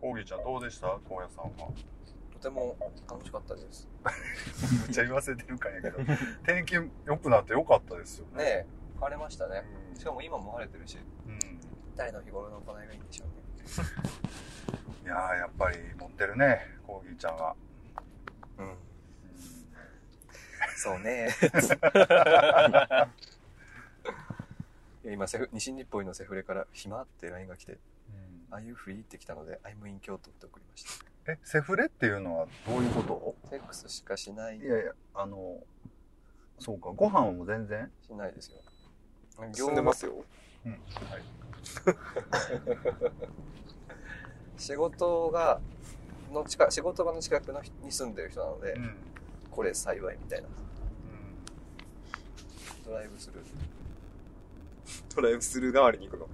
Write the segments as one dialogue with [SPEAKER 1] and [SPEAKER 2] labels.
[SPEAKER 1] 大木ちゃんどうでした高野さんは。
[SPEAKER 2] とても楽しかったです。
[SPEAKER 1] めっちゃ言わせてるかんやけ ど、天気良くなって良かったですよね。
[SPEAKER 2] ねえ、晴れましたね。しかも今も晴れてるし、
[SPEAKER 1] うん。うん
[SPEAKER 2] 二人の日頃の行いがいいんでしょうね。
[SPEAKER 1] いやーやっぱり持ってるね、コーギーちゃんは。
[SPEAKER 2] うん。そうね。 いや今セフ、西日暮里のセフレから暇って LINE が来て、
[SPEAKER 1] うん
[SPEAKER 2] ああいうフリーって来たので、I'm in 京都って送りました。
[SPEAKER 1] え、セフレっていうのはどういうこ
[SPEAKER 2] セックスしかしない
[SPEAKER 1] とい、やいや、あの、そうか、ご飯も全然。
[SPEAKER 2] しないですよ。
[SPEAKER 3] 住んでますよ。
[SPEAKER 1] うん。はい。
[SPEAKER 2] 仕事が、の近仕事場の近くの人に住んでる人なので、
[SPEAKER 1] うん。うん
[SPEAKER 2] これ幸いみたいな。ドライブする。
[SPEAKER 3] ドライブスルー代わりに行くの。
[SPEAKER 2] う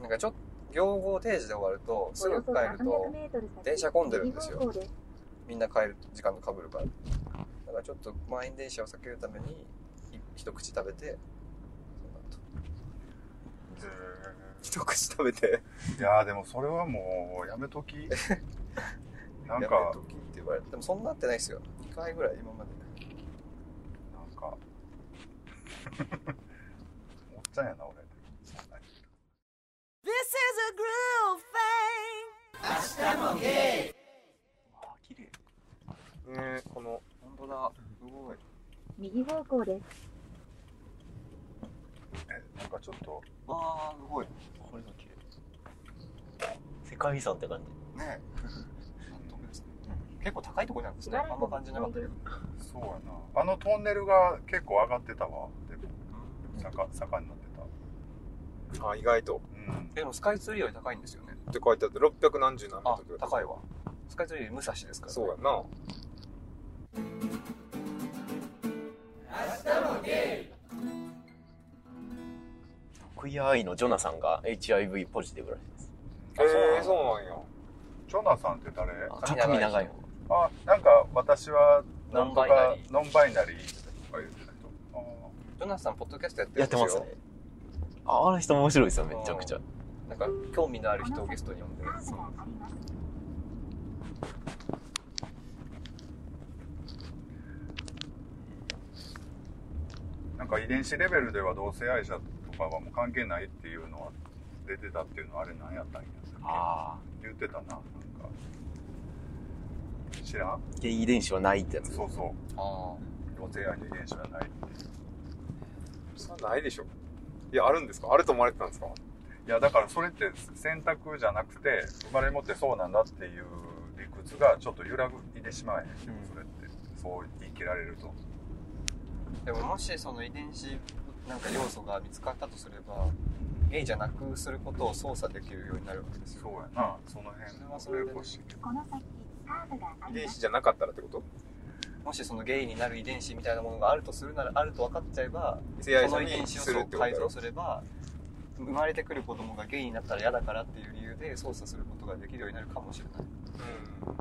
[SPEAKER 2] ん。なんかちょっと、行後定時で終わると、すぐ帰ると、電車混んでるんですよみんな帰る時間がかぶるから。だからちょっと満員電車を避けるために、い一口食べて、そ
[SPEAKER 1] ず
[SPEAKER 3] 一口食べて、
[SPEAKER 1] ーいやーでもそれはもうやめと き。な
[SPEAKER 2] の後
[SPEAKER 1] ん
[SPEAKER 2] や
[SPEAKER 1] か
[SPEAKER 2] め、ときって言われて、でもそんなってないですよ。2回ぐらい今まで。
[SPEAKER 1] なんか。おっちゃんやな、俺。
[SPEAKER 4] This is a groove thing.
[SPEAKER 2] あ、綺麗。
[SPEAKER 3] ね、この、
[SPEAKER 2] 本当だ。すごい。
[SPEAKER 5] 右方向です。
[SPEAKER 1] え、なんかちょっと、
[SPEAKER 2] わー、すごい。
[SPEAKER 6] これが綺麗世界遺産って感じ
[SPEAKER 2] ねえ。納得ですね。結構高いところなんですね。あんま感じなかったけど。
[SPEAKER 1] そうやな。あのトンネルが結構上がってたわ。でも、坂、坂になってた。
[SPEAKER 3] あ、意外と。
[SPEAKER 1] うん。
[SPEAKER 2] でもスカイツリーより高いんですよね。
[SPEAKER 3] って書いてあって、600何十何メー
[SPEAKER 2] あ
[SPEAKER 3] トル、
[SPEAKER 2] 高い
[SPEAKER 3] わ。
[SPEAKER 2] わ。スカイツリーより武蔵ですから、ね。
[SPEAKER 3] そうやな。
[SPEAKER 6] クイアアイのジョナさんが HIV ポジティブらしいです
[SPEAKER 3] ええー、
[SPEAKER 2] う。
[SPEAKER 3] そうなんや。
[SPEAKER 1] ジョナさんって誰
[SPEAKER 6] 髪長い
[SPEAKER 2] 長い。
[SPEAKER 1] あ、なんか私は、な
[SPEAKER 6] ノ
[SPEAKER 1] んと
[SPEAKER 6] ンバイナ
[SPEAKER 1] か
[SPEAKER 6] リー
[SPEAKER 1] ノンバイナリーとか言ってた人。あ
[SPEAKER 2] ジョナスさん、ポッドキャストやってる
[SPEAKER 6] や
[SPEAKER 2] ん
[SPEAKER 6] っ
[SPEAKER 2] で
[SPEAKER 6] て
[SPEAKER 2] すよ。
[SPEAKER 6] ますねああの人面白いですよめちゃくちゃ
[SPEAKER 2] なんか、興味のある人をゲストに呼んで。
[SPEAKER 1] ーなんか遺伝子レベルでは同性愛者とかはもう関係ないっていうのは出てたっていうのはあれ何やったんやっ
[SPEAKER 6] ああ
[SPEAKER 1] け言ってたな。なんか。知らん
[SPEAKER 6] ゲイ遺伝子はないってやつ
[SPEAKER 1] そうそう。
[SPEAKER 2] あ
[SPEAKER 1] 同性愛の遺伝子はないっていう。
[SPEAKER 3] そんなないでしょ。いや、あるんですかあると思われてたんですか
[SPEAKER 1] いやだからそれって選択じゃなくて生まれ持ってそうなんだっていう理屈がちょっと揺らいでしまえへんけど、それってそう言い切られると
[SPEAKER 2] あ。でも、もし、その遺伝子、なんか要素が見つかったとすれば、ゲイじゃなくすることを操作できるようになるわけですよ。
[SPEAKER 1] そうやなその辺
[SPEAKER 2] それはそれで
[SPEAKER 1] ややこしいけど
[SPEAKER 5] この先、カーブがあり
[SPEAKER 3] 遺伝
[SPEAKER 5] ま
[SPEAKER 3] 子
[SPEAKER 5] す。
[SPEAKER 3] じゃなかったらってこと
[SPEAKER 2] もし、そのゲイになる遺伝子みたいなものがあるとするなら、あると分かっちゃえば、
[SPEAKER 3] 性愛
[SPEAKER 2] そ
[SPEAKER 3] 者
[SPEAKER 2] の遺
[SPEAKER 3] に
[SPEAKER 2] 伝子を
[SPEAKER 3] す
[SPEAKER 2] そ
[SPEAKER 3] るっ
[SPEAKER 2] う
[SPEAKER 3] てことだ
[SPEAKER 2] 改
[SPEAKER 3] よ
[SPEAKER 2] 造すれば、生まれてくる子供がゲイになったら嫌だからっていう理由で操作することができるようになるかもしれない。
[SPEAKER 3] うん。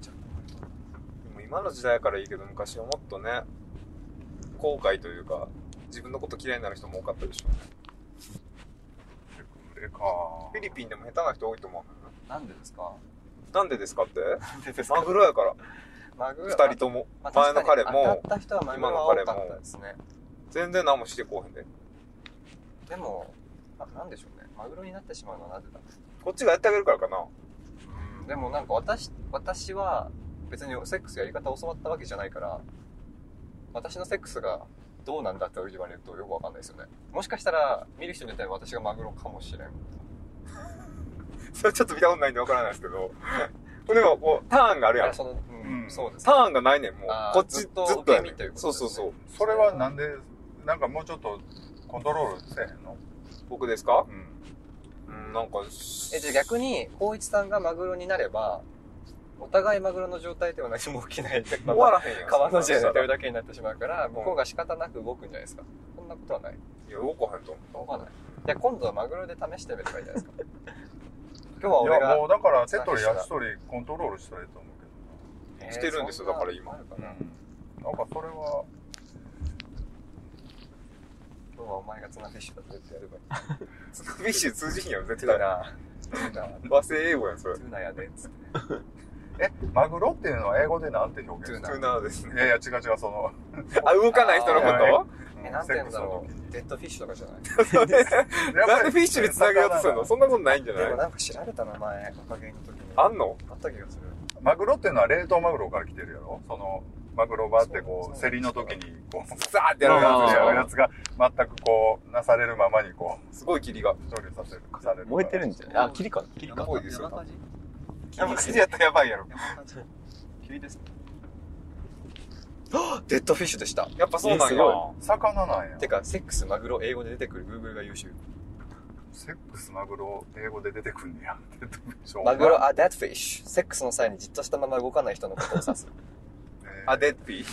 [SPEAKER 3] でも今の時代からいいけど、昔はもっとね、後悔というか、自分のこと嫌いになる人も多かったでしょ。
[SPEAKER 1] これか
[SPEAKER 3] フィリピンでも下手な人多いと思うのよね
[SPEAKER 2] なんでですか
[SPEAKER 3] なんでですかって
[SPEAKER 2] 出て
[SPEAKER 3] マグロやから、
[SPEAKER 2] マグロ
[SPEAKER 3] 二人とも。
[SPEAKER 2] まあ
[SPEAKER 3] 前の彼
[SPEAKER 2] 確かに
[SPEAKER 3] も
[SPEAKER 2] 当、たった人はマグロは多かったですね。
[SPEAKER 3] 全然何もしてこうへんで。
[SPEAKER 2] でも、あなんでしょうね。マグロになってしまうのはなぜだ
[SPEAKER 3] こっちがやってあげるからかな。
[SPEAKER 2] でもなんか私、私は別にセックスやり方を教わったわけじゃないから、私のセックスがどうなんだって言われるとよくわかんないですよね。もしかしたら、見る人によっては私がマグロかもしれん。
[SPEAKER 3] それちょっと見たことないんでわからないですけど。でも、こう、ターンがあるやん。
[SPEAKER 2] その、うん、
[SPEAKER 1] うん
[SPEAKER 2] そうです
[SPEAKER 3] タ。ーンがないねん、もう
[SPEAKER 2] あ。ー
[SPEAKER 3] こっち
[SPEAKER 2] ず
[SPEAKER 3] ず
[SPEAKER 2] っ
[SPEAKER 3] っ
[SPEAKER 2] と
[SPEAKER 3] と
[SPEAKER 2] 受け
[SPEAKER 3] やね
[SPEAKER 2] 身
[SPEAKER 3] ん
[SPEAKER 2] ということ
[SPEAKER 3] そ
[SPEAKER 2] で
[SPEAKER 3] う
[SPEAKER 2] すね
[SPEAKER 3] そうそう。
[SPEAKER 1] それはなんでなんかもうちょっとコントロールせえへんの
[SPEAKER 3] 僕ですか
[SPEAKER 1] うん
[SPEAKER 3] うん、なんか、
[SPEAKER 2] え、じゃあ逆に、光一さんがマグロになれば、お互いマグロの状態では何も起きない。
[SPEAKER 3] 終わらへんやん。
[SPEAKER 2] 川の字
[SPEAKER 3] そ
[SPEAKER 2] で寝て
[SPEAKER 3] んなんしたら
[SPEAKER 2] るだけになってしまうから、
[SPEAKER 3] ん
[SPEAKER 2] 向こうが仕方なく動くんじゃないですか。そんなことはない。
[SPEAKER 3] いや、動かへんと
[SPEAKER 2] 動
[SPEAKER 3] 思
[SPEAKER 2] かない。じゃあ今度はマグロで試してみればいいじゃないですか。今日は俺
[SPEAKER 1] いやも
[SPEAKER 2] が
[SPEAKER 1] う。だから手取り足取りコントロールしたらいいと思う
[SPEAKER 3] してるんですよだから今
[SPEAKER 2] あるか
[SPEAKER 1] けど
[SPEAKER 2] な
[SPEAKER 1] な、うん、なんかそれは
[SPEAKER 2] 今日はお前がツナフィッシュだって言ってやればいい。
[SPEAKER 3] ツナフィッシュ通じひんやろ、
[SPEAKER 2] ツ
[SPEAKER 3] 絶
[SPEAKER 2] ナ
[SPEAKER 3] 対。
[SPEAKER 2] な、ツナ、
[SPEAKER 3] 和製英語やん、それ。
[SPEAKER 2] ツナやで、つって。
[SPEAKER 1] マグロっていうのは英語でなんて表現
[SPEAKER 3] トゥーナーです
[SPEAKER 1] る
[SPEAKER 3] ね。
[SPEAKER 1] いやいや、違う違う、その、
[SPEAKER 3] あ、動かない人のこ
[SPEAKER 1] あー
[SPEAKER 3] と
[SPEAKER 2] え、なん
[SPEAKER 1] セ
[SPEAKER 2] て
[SPEAKER 1] ッ
[SPEAKER 2] 言うん
[SPEAKER 1] クス
[SPEAKER 2] だろ
[SPEAKER 1] の時に
[SPEAKER 2] う。デッドフィッシュとかじゃない
[SPEAKER 1] やっぱ
[SPEAKER 3] な
[SPEAKER 1] り
[SPEAKER 3] んでフィッシュに繋げようとするのそんなことないんじゃ
[SPEAKER 2] でも
[SPEAKER 3] ない
[SPEAKER 2] なんか知られた名前、赤毛の時に。
[SPEAKER 3] あんの
[SPEAKER 2] あった気がする。
[SPEAKER 1] マグロっていうのは冷凍マグロから来てるやろその、マグロバってこう、
[SPEAKER 2] そう
[SPEAKER 1] 競りの時に、こう、
[SPEAKER 3] ザーってや
[SPEAKER 1] や
[SPEAKER 3] る
[SPEAKER 1] るや
[SPEAKER 3] や
[SPEAKER 1] つ
[SPEAKER 3] つ
[SPEAKER 1] やる
[SPEAKER 3] や
[SPEAKER 1] やつが、全くこう、なされるままにこう、
[SPEAKER 3] すごい霧が。
[SPEAKER 1] 調理させる、される。
[SPEAKER 6] 燃えてるんじゃないあ、霧かな。
[SPEAKER 3] 霧
[SPEAKER 7] 山
[SPEAKER 3] っぽいですよ。
[SPEAKER 7] 山火事
[SPEAKER 3] 山火事やったらやばいやろ。
[SPEAKER 7] 山火事霧です
[SPEAKER 2] デッドフィッシュでした。
[SPEAKER 3] やっぱそうなん
[SPEAKER 6] えす
[SPEAKER 3] や
[SPEAKER 6] ごい。
[SPEAKER 1] 魚なんや。
[SPEAKER 2] てか、セックス、マグロ、英語で出てくる Google が優秀。
[SPEAKER 1] セックスマグロ、英語で出てくんねや。デッドフィッシュ
[SPEAKER 2] マグロ、あ、デッドフィッシュ。セックスの際にじっとしたまま動かない人のことを指す。うん
[SPEAKER 1] えー
[SPEAKER 3] あ、デッピー。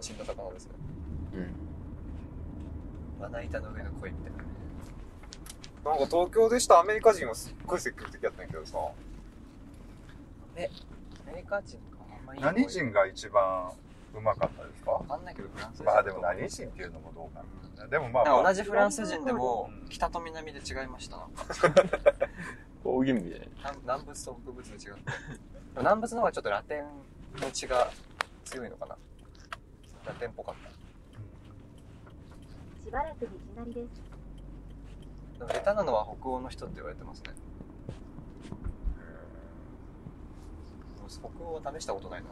[SPEAKER 2] 死んだ魚ですね。
[SPEAKER 6] うん。
[SPEAKER 2] まな板の上の恋みたいな。
[SPEAKER 3] なんか東京でしたアメリカ人はすっごい積極的やったんやけどさ。
[SPEAKER 2] アメリカ人かあんまりいい声
[SPEAKER 1] 何人が一番うまかったですか
[SPEAKER 7] わかんないけどフランス
[SPEAKER 1] まあでも何人っていうのもどうかな。でもまあ
[SPEAKER 2] なん
[SPEAKER 1] ま
[SPEAKER 2] か同
[SPEAKER 1] あ、
[SPEAKER 2] じフランス人でも
[SPEAKER 1] うん
[SPEAKER 2] 北と南で違いましたなんか
[SPEAKER 6] 大吟味じゃない
[SPEAKER 2] 南南仏と北仏で違う南仏の方がちょっとラテンの血が強いのかなラテンっぽかった
[SPEAKER 5] しばらく道なりです。
[SPEAKER 2] でも下手なのは北欧の人って言われてますね北欧は試したことないな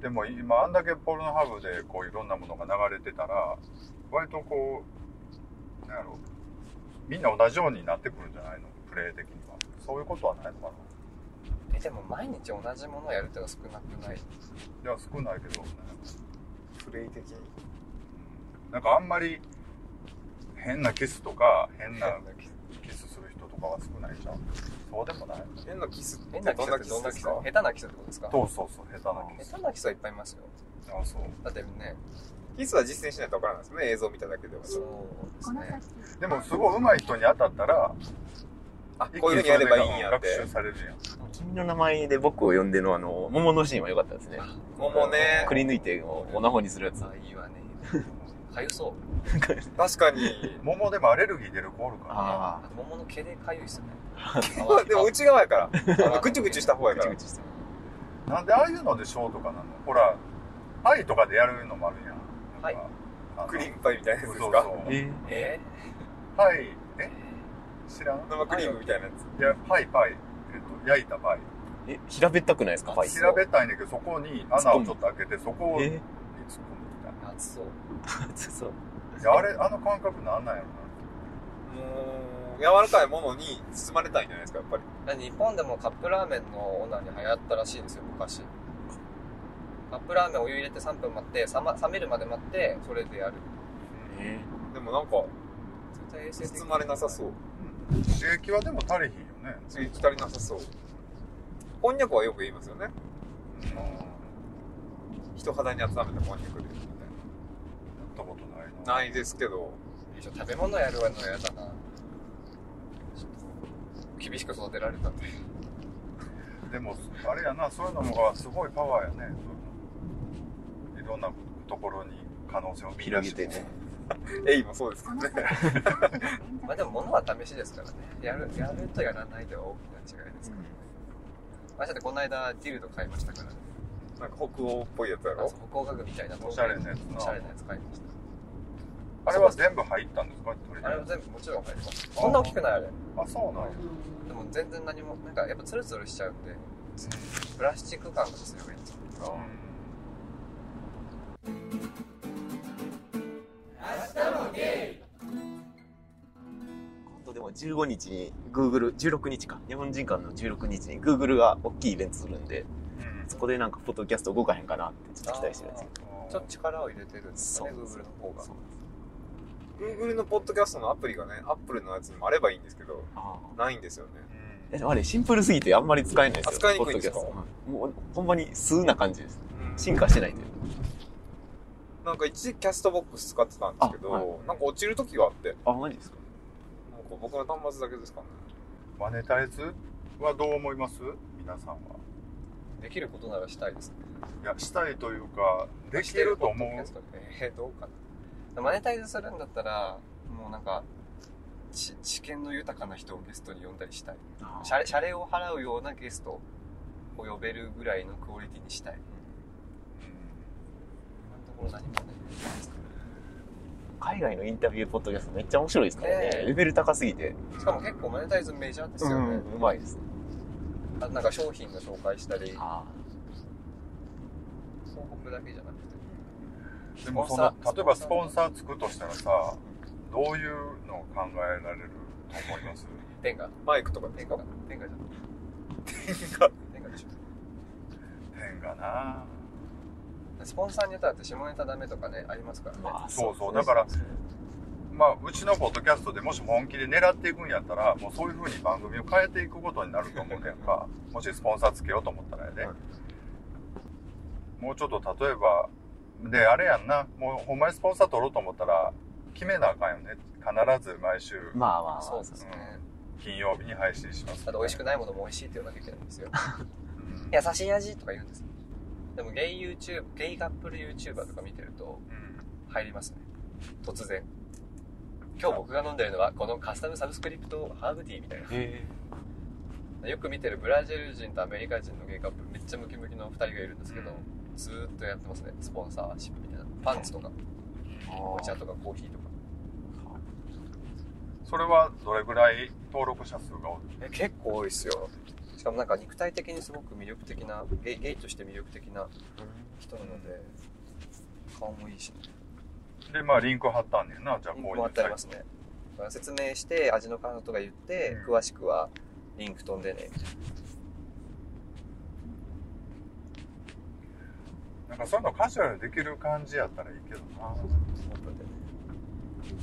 [SPEAKER 1] でも今あんだけポルノハブでこういろんなものが流れてたら、割とこう、なんやろう、みんな同じようになってくるんじゃないのプレイ的には。そういうことはないのか
[SPEAKER 2] えでも毎日同じものをやるってのは少なくない
[SPEAKER 1] ないや、少ないけど、
[SPEAKER 3] プレイ的に。
[SPEAKER 1] なんかあんまり変なキスとか、変なキスする人とかは少ないじゃん。そうでもない
[SPEAKER 3] 変なキスって
[SPEAKER 2] 変な基
[SPEAKER 3] どん
[SPEAKER 2] 礎
[SPEAKER 3] な
[SPEAKER 2] ってど
[SPEAKER 3] キス
[SPEAKER 2] んな基礎
[SPEAKER 3] ですか
[SPEAKER 2] 下手な基礎ってことですか
[SPEAKER 1] そうそうそう、下手なキス。
[SPEAKER 2] 下手な基礎はいっぱいいますよ
[SPEAKER 1] ああ、そう。
[SPEAKER 2] だってね
[SPEAKER 3] キスは実践しないとわからないですね。映像見ただけでは。
[SPEAKER 2] そうです
[SPEAKER 5] この
[SPEAKER 2] ね
[SPEAKER 5] 先、
[SPEAKER 1] でもすごい上手い人に当たったら、
[SPEAKER 3] あ、こういう風にやればいいんやっ
[SPEAKER 1] 一気にそれが学習。さ
[SPEAKER 3] て
[SPEAKER 1] れるやん。
[SPEAKER 6] 君の名前で僕を呼んでのあの、桃のシーンは良かったですね。
[SPEAKER 3] 桃ね。
[SPEAKER 6] くり抜いておオナホにするやつ。
[SPEAKER 2] あいいわねかゆそう
[SPEAKER 3] 確かに。
[SPEAKER 1] 桃でもアレルギー出る子おるからね。
[SPEAKER 6] あ
[SPEAKER 2] 桃の毛でかゆいっすよね
[SPEAKER 3] でも内側や から。あの、ぐちゅぐちゅした方や
[SPEAKER 6] あ。ぐ
[SPEAKER 3] か
[SPEAKER 6] ち
[SPEAKER 3] ら
[SPEAKER 6] ぐ。ちしてる
[SPEAKER 1] なんでああいうのでショーとかなのほら、パイとかでやるのもあるやん。
[SPEAKER 2] は
[SPEAKER 1] なん
[SPEAKER 2] い
[SPEAKER 1] かあの
[SPEAKER 3] クリームパイみたいなや
[SPEAKER 1] そう
[SPEAKER 3] つです
[SPEAKER 1] そう
[SPEAKER 3] か
[SPEAKER 6] え
[SPEAKER 2] え
[SPEAKER 1] パイ、え知らん
[SPEAKER 3] 生クリームみたいなや
[SPEAKER 1] いや、パイパイ。えっと、焼いたパイ。
[SPEAKER 6] ーえ、平べったくないですか、パイ。
[SPEAKER 1] 調べたいんだけど、そこに穴をちょっと開けて、そこを突っ込む
[SPEAKER 6] え
[SPEAKER 1] みたい
[SPEAKER 2] ー熱そう
[SPEAKER 6] そう。
[SPEAKER 1] な。いや、あれ、あの感覚なんなんやろな。
[SPEAKER 3] つ。もう、柔らかいものに包まれたいんじゃないですか、やっぱり。
[SPEAKER 2] 日本でもカップラーメンのオナニー流行ったらしいですよ昔カップラーメンお湯入れて3分待って冷,、ま、冷めるまで待ってそれでやる
[SPEAKER 6] え
[SPEAKER 3] でもなんか、
[SPEAKER 2] 絶対衛生的
[SPEAKER 3] 包まれなさそうう。
[SPEAKER 1] うん刺激はでも足りひんよね。
[SPEAKER 3] 次、足りなさそう。こんにゃくはよく言いますよね。
[SPEAKER 1] うん、や
[SPEAKER 3] 人肌に温めたこんにゃくで。
[SPEAKER 1] ったことないな。
[SPEAKER 3] ないですけど、
[SPEAKER 2] ちょ食べ物やるわのやだなちょっと厳しく育てられたんで
[SPEAKER 1] でも、あれやな、そういうのもがすごいパワーやね。そういうのいろんなところに可能性を見出
[SPEAKER 6] 広げてね。
[SPEAKER 3] エイもそうですけ
[SPEAKER 5] こ
[SPEAKER 3] ど
[SPEAKER 5] の
[SPEAKER 3] ね
[SPEAKER 5] 先、。カーブが連
[SPEAKER 2] まあ
[SPEAKER 5] 続
[SPEAKER 2] でも物は試しですからねやるやるとやらないでは大きな違いですからね、まあ、だってこの間ディルド買いましたからね
[SPEAKER 3] なんか北欧っぽいやつや
[SPEAKER 2] あの
[SPEAKER 3] ろ。
[SPEAKER 2] 工学みたいな
[SPEAKER 1] おしゃれなやつ
[SPEAKER 2] おしゃれ
[SPEAKER 1] な。
[SPEAKER 2] なやつ買いました
[SPEAKER 1] あれは全部入ったんですか
[SPEAKER 2] あれも全部もちろん入ります
[SPEAKER 1] あー
[SPEAKER 2] そんな大きくないあれ
[SPEAKER 1] あ、そうなんや。
[SPEAKER 2] でも全然何もなんかやっぱツルツルしちゃうんでプラスチック感が強いめっちゃ
[SPEAKER 6] 今度でも15日に Google、16日か。日本人間の16日に Google が大きいイベントするんで、
[SPEAKER 1] うん
[SPEAKER 6] そこでなんかポッドキャスト動かへんかなってちょっと期待してるんですよ。
[SPEAKER 2] ちょっと力を入れてるんですかね
[SPEAKER 6] そ
[SPEAKER 2] Google の
[SPEAKER 6] う
[SPEAKER 2] 方が
[SPEAKER 3] Google のポッドキャストのアプリがね、Apple のやつにもあればいいんですけど、
[SPEAKER 6] あー
[SPEAKER 3] ないんですよね。
[SPEAKER 1] うん
[SPEAKER 6] えでもあれシンプルすぎてあんまり使えないですよ。
[SPEAKER 3] あ使いにくいんですか
[SPEAKER 6] ポッドキャストもうほんまに素な感じです。
[SPEAKER 3] うん
[SPEAKER 6] 進化してないという。
[SPEAKER 3] なんか一時キャストボックス使ってたんですけど、
[SPEAKER 6] あはい
[SPEAKER 3] なんか落ちる時があって、なんか
[SPEAKER 6] あ、マジですか
[SPEAKER 3] 僕の端末だけですかね。
[SPEAKER 1] マネタイズはどう思います皆さんは。
[SPEAKER 2] できることならしたいですね
[SPEAKER 1] いや、したいというか、できると思
[SPEAKER 2] してるポッドキャ
[SPEAKER 1] う
[SPEAKER 2] ス。トねえーどうかなマネタイズするんだったら、もうなんか、ち知見の豊かな人をゲストに呼んだりしたい。シャレ、シャレを払うようなゲストを呼べるぐらいのクオリティにしたい。今のところ何もない。
[SPEAKER 6] 海外のインタビューポッドキャストめっちゃ面白いですからね。
[SPEAKER 2] ね
[SPEAKER 6] レベル高すぎて。
[SPEAKER 2] しかも結構マネタイズメジャーですよね。
[SPEAKER 6] うまいです。
[SPEAKER 2] あなんか商品の紹介したり、広
[SPEAKER 6] あ
[SPEAKER 2] 告だけじゃなくて。
[SPEAKER 1] でもその
[SPEAKER 2] スポンサー
[SPEAKER 1] 例えばスポンサーつくとしたらさどういうのを考えられると思います
[SPEAKER 2] 天下
[SPEAKER 3] マイクとかです
[SPEAKER 2] 天
[SPEAKER 3] か
[SPEAKER 2] 下か天下じゃん。天下でしょ。
[SPEAKER 1] 変がな
[SPEAKER 2] スポンサーによってはだって下ネタダメとかね、ありますからね。
[SPEAKER 6] あ。
[SPEAKER 1] そうそうだからまあうちのポッドキャストでもし本気で狙っていくんやったらもうそういう風に番組を変えていくことになると思うねやんかもしスポンサーつけようと思ったらやで、
[SPEAKER 3] はい
[SPEAKER 1] もうちょっと例えばであれやんなもうほんまにスポンサー取ろうと思ったら決めなあかんよね必ず毎週
[SPEAKER 6] まあまあまあ。
[SPEAKER 2] そうですね。
[SPEAKER 1] 金曜日に配信します
[SPEAKER 2] あと美味しく
[SPEAKER 1] い、
[SPEAKER 2] ないものも美味しいって言わなきゃいけないんですよ。
[SPEAKER 1] うん
[SPEAKER 2] 優しい味とか言うんですよでもゲイ YouTube、ゲイカップル YouTuber とか見てると
[SPEAKER 1] うん
[SPEAKER 2] 入りますね。突然。今日僕が飲んでるのはこのカスタムサブスクリプトハーブティーみたいな。
[SPEAKER 6] へ
[SPEAKER 2] よく見てるブラジル人とアメリカ人のゲイカップルめっちゃムキムキの2人がいるんですけど、ずーっとやってますねスポンサーシップみたいなパンツとかお茶とかコーヒーとか
[SPEAKER 1] それはどれぐらい登録者数がおる
[SPEAKER 2] え結構多いっすよしかもなんか肉体的にすごく魅力的なゲイゲイとして魅力的な人なので顔もいいし、ね、
[SPEAKER 1] でまあリンク貼ったんねんなじゃあ
[SPEAKER 2] リン
[SPEAKER 1] こ
[SPEAKER 2] ク
[SPEAKER 1] うい
[SPEAKER 2] もあ
[SPEAKER 1] う
[SPEAKER 2] ってありますねだから説明して味の感想とか言って、
[SPEAKER 1] うん
[SPEAKER 2] 詳しくはリンク飛んでねみたい
[SPEAKER 1] なんかそういうのカジュアルにできる感じやったらいいけどな
[SPEAKER 2] なことでね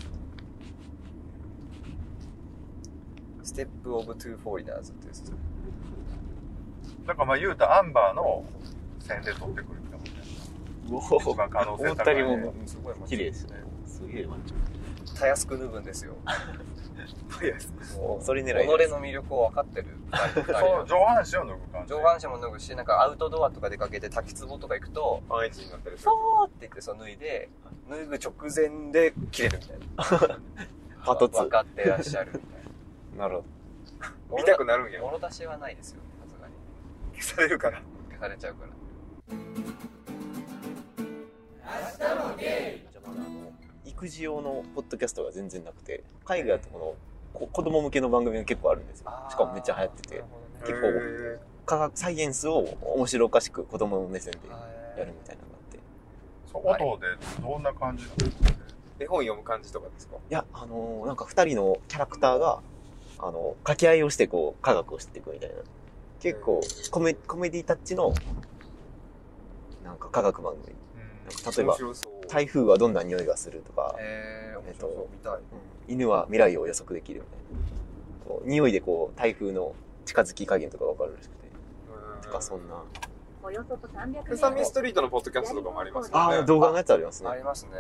[SPEAKER 2] ステップ・オブ・トゥ・フォーリナーズっていうやつですね
[SPEAKER 1] だからまあ言うたらアンバーの宣伝取ってくるみたいなもんね
[SPEAKER 6] ーうお
[SPEAKER 1] 一番可能性
[SPEAKER 6] 思っ
[SPEAKER 1] 高
[SPEAKER 6] た
[SPEAKER 1] い、
[SPEAKER 6] より
[SPEAKER 1] ね
[SPEAKER 6] も、
[SPEAKER 2] すごい
[SPEAKER 6] 綺麗ですね。すげえワンちゃん。
[SPEAKER 2] たやすく脱ぐんで すよもう
[SPEAKER 6] それ狙いで
[SPEAKER 2] 己
[SPEAKER 6] す
[SPEAKER 2] の魅力を分かってる二人
[SPEAKER 1] そう上半身を脱ぐ感じ
[SPEAKER 2] 上半身も脱ぐしなんかアウトドアとか出かけて滝壺とか行くと
[SPEAKER 3] パンイチになったりする
[SPEAKER 2] そうって言ってそう脱いで脱ぐ直前で切れるみたいな
[SPEAKER 6] パトツ
[SPEAKER 2] 分かってらっしゃるみたいな
[SPEAKER 6] なるほど。
[SPEAKER 3] 見たくなるんや
[SPEAKER 2] 物出しはないですよねさすがに
[SPEAKER 3] 消されるから
[SPEAKER 2] 消されちゃうから
[SPEAKER 6] じゃあまだあの、育児用のポッドキャストが全然なくて、海外だとこの、こ子供向けの番組が結構あるんですよ。しかもめっちゃ流行ってて、結構
[SPEAKER 3] へ
[SPEAKER 6] 科学、サイエンスを面白おかしく子供の目線で
[SPEAKER 2] あー
[SPEAKER 6] やるみたいなのがあって。い
[SPEAKER 1] そう音でどんな感じなの、
[SPEAKER 3] ー絵本読む感じとかですか
[SPEAKER 6] や、あのーなんか二人のキャラクターが、あの掛け合いをしてこう、科学を知っていくみたいな。結構コメ、コメディタッチの、なんか科学番組。なんか例えば
[SPEAKER 3] 面、白そう
[SPEAKER 6] 台風はどんな匂いがするとか、
[SPEAKER 2] えー、
[SPEAKER 6] え
[SPEAKER 2] 面
[SPEAKER 6] っ
[SPEAKER 2] 白
[SPEAKER 6] と
[SPEAKER 2] そう見たい
[SPEAKER 6] 犬は未来を予測できるみたいな。こう匂いでこう、台風の近づき加減とかわかるらしくて。
[SPEAKER 3] うん
[SPEAKER 6] とか、そんな。
[SPEAKER 5] およそ300メート
[SPEAKER 3] セ
[SPEAKER 5] ル
[SPEAKER 3] サミストリートのポッドキャストとかもありますよね
[SPEAKER 6] ああ、動画のやつあります
[SPEAKER 2] あ
[SPEAKER 6] ね。
[SPEAKER 2] りますね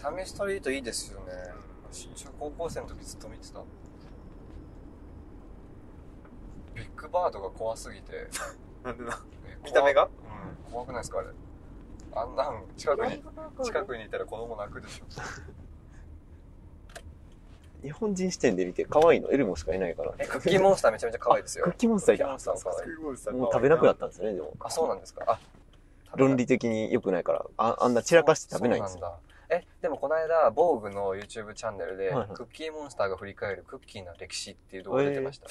[SPEAKER 2] サミストリートいいですよね
[SPEAKER 3] うん
[SPEAKER 2] 中高校生の時ずっと見てたビッグバードが怖すぎ て
[SPEAKER 3] なんでな
[SPEAKER 2] え
[SPEAKER 3] 見た目が
[SPEAKER 2] 怖怖くないですかあれあんなん近くに近
[SPEAKER 5] に
[SPEAKER 2] くにいたら子供泣くでしょ
[SPEAKER 6] 日本人視点で見て、可愛いのエルモしかいないから。
[SPEAKER 2] えクッキーモンスターめちゃめちゃ可愛いですよ
[SPEAKER 6] クッキーモンスターいた
[SPEAKER 2] クッキーモンスターも可愛い
[SPEAKER 6] もう食べなくな
[SPEAKER 3] っ
[SPEAKER 6] ったんですよね、でも。
[SPEAKER 2] あそうなんですかあ
[SPEAKER 6] 論理的に良くないから、ああんな散らかして食べないんですよ。
[SPEAKER 2] そうなんだえでもこの間防具の YouTube チャンネルで、
[SPEAKER 6] はいはい
[SPEAKER 2] クッキーモンスターが振り返るクッキーの歴史っていう動画出てました、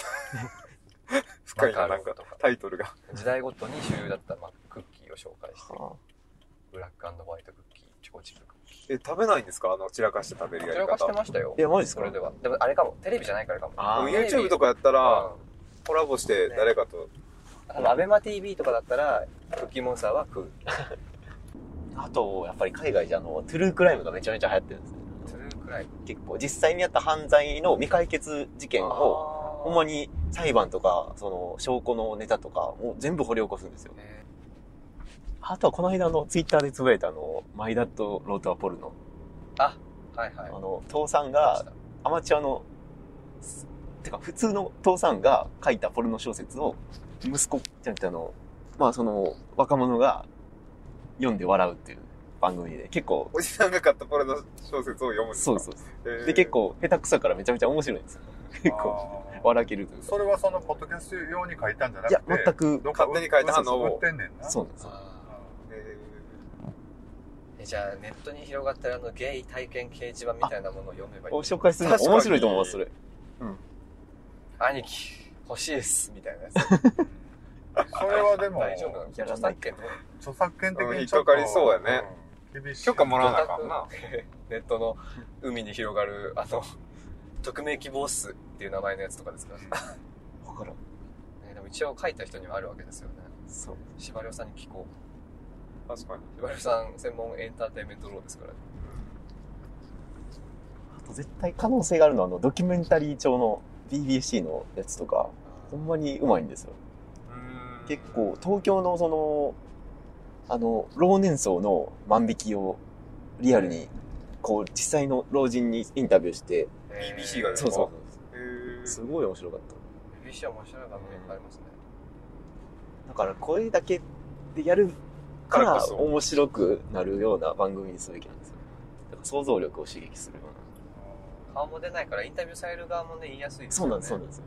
[SPEAKER 3] 深い
[SPEAKER 2] マカ
[SPEAKER 3] なな
[SPEAKER 2] ロ
[SPEAKER 3] ん
[SPEAKER 2] ン
[SPEAKER 3] か
[SPEAKER 2] とか
[SPEAKER 3] タイトルが
[SPEAKER 2] 時代ごとに主流だったマッククッキーを紹介して
[SPEAKER 6] は
[SPEAKER 2] ブラックホワイトクッキーチョコチップクッキー
[SPEAKER 3] え食べないんですかあの散らかして食べるや
[SPEAKER 2] そ
[SPEAKER 3] り
[SPEAKER 2] れを貸して
[SPEAKER 3] 方
[SPEAKER 2] ましたよ
[SPEAKER 6] いやマジっす
[SPEAKER 2] そ
[SPEAKER 6] か
[SPEAKER 2] れではでもあれかもテレビじゃないからかも
[SPEAKER 6] あー
[SPEAKER 3] YouTube と
[SPEAKER 2] か
[SPEAKER 3] かやったらコラボして誰かと
[SPEAKER 2] アベマ t v とかだったらクッキーモンスターは食う
[SPEAKER 6] ああと、やっぱり海外じゃあの、トゥルークライムがめちゃめちゃ流行ってるんですね。
[SPEAKER 2] トゥルークライム
[SPEAKER 6] 結構、実際にあった犯罪の未解決事件を、ほんま
[SPEAKER 2] に
[SPEAKER 6] に裁判とか、その、証拠のネタとか、もう全部掘り起こすんですよ。あとはこの間あの、ツイッターでつぶやいたあの、マイダッド・ロート・ア・ポルノ。
[SPEAKER 2] はいは
[SPEAKER 6] あ
[SPEAKER 2] い
[SPEAKER 6] の、父さんが、アマチュアの、すてか普通の父さんが書いたポルノ小説を、息子、じゃなくてあの、まあその、若者が読んで笑うっていう。番組で。結構、
[SPEAKER 3] おじさんが買ったポルノ小説を読むんですか
[SPEAKER 6] そうそううそう。
[SPEAKER 3] で
[SPEAKER 6] で、結構、下手くそやからめちゃめちゃ面白いんですよ。結構、
[SPEAKER 1] あー
[SPEAKER 6] 笑けるというか。
[SPEAKER 1] それはそのポッドキャスト用に書いたんじゃないく
[SPEAKER 6] や
[SPEAKER 1] て、、
[SPEAKER 6] 全く、
[SPEAKER 1] どっか売
[SPEAKER 3] 勝手に書いた花を
[SPEAKER 1] そうそう売ってんねんな。
[SPEAKER 6] そうなんですよ。
[SPEAKER 3] あーえ
[SPEAKER 2] えじゃあネットに広がってるあのゲイ体験掲示板みたいなものを読めばいい
[SPEAKER 6] お紹介するの
[SPEAKER 3] 確かに
[SPEAKER 6] 面白いと思います、それ。
[SPEAKER 2] 兄貴欲しいですみたいなやつ
[SPEAKER 1] それはでも、
[SPEAKER 2] 大丈夫なの
[SPEAKER 6] や
[SPEAKER 2] 著
[SPEAKER 6] らない
[SPEAKER 2] 作権の
[SPEAKER 1] 著作権的
[SPEAKER 3] うん
[SPEAKER 1] に
[SPEAKER 3] 引っ
[SPEAKER 1] ちょ
[SPEAKER 3] か
[SPEAKER 1] っと
[SPEAKER 3] かりそうやね。
[SPEAKER 1] うん厳し
[SPEAKER 3] ー
[SPEAKER 1] い。
[SPEAKER 3] 許可もらわなあかんな。
[SPEAKER 2] ネットの海に広がるあの匿名希望数っていう名前のやつとかですから、ね、
[SPEAKER 6] わからん。
[SPEAKER 2] でも一応書いた人にはあるわけですよね
[SPEAKER 6] そう。
[SPEAKER 2] 司馬遼さんに聞こう
[SPEAKER 3] 確かに。
[SPEAKER 2] 司馬遼さん専門エンターテインメントローですから、ね、
[SPEAKER 6] あと絶対可能性があるのは、あの、ドキュメンタリー調の BBC のやつとか、ほんまにうまいんですよ。
[SPEAKER 3] うーん
[SPEAKER 6] 結。構、東京のその、あの、老年層の万引きをリアルに、こう、実際の老人にインタビューして、
[SPEAKER 3] BBC がです
[SPEAKER 6] そう
[SPEAKER 3] か
[SPEAKER 6] そ
[SPEAKER 3] へ
[SPEAKER 6] う。
[SPEAKER 3] ー
[SPEAKER 6] すごい面白かっ
[SPEAKER 2] BBC は面白い番組いっぱいありますね、
[SPEAKER 6] た。だから、これだけでやるか
[SPEAKER 3] から
[SPEAKER 6] ら
[SPEAKER 3] こそ
[SPEAKER 6] 面白くなるような番組にすべきなんですよ。だから想像力を刺激するような。
[SPEAKER 2] 顔も出ないからインタビューされる側もね言いやすいです
[SPEAKER 6] そ
[SPEAKER 2] よね
[SPEAKER 6] うなんです、そうなんですよ。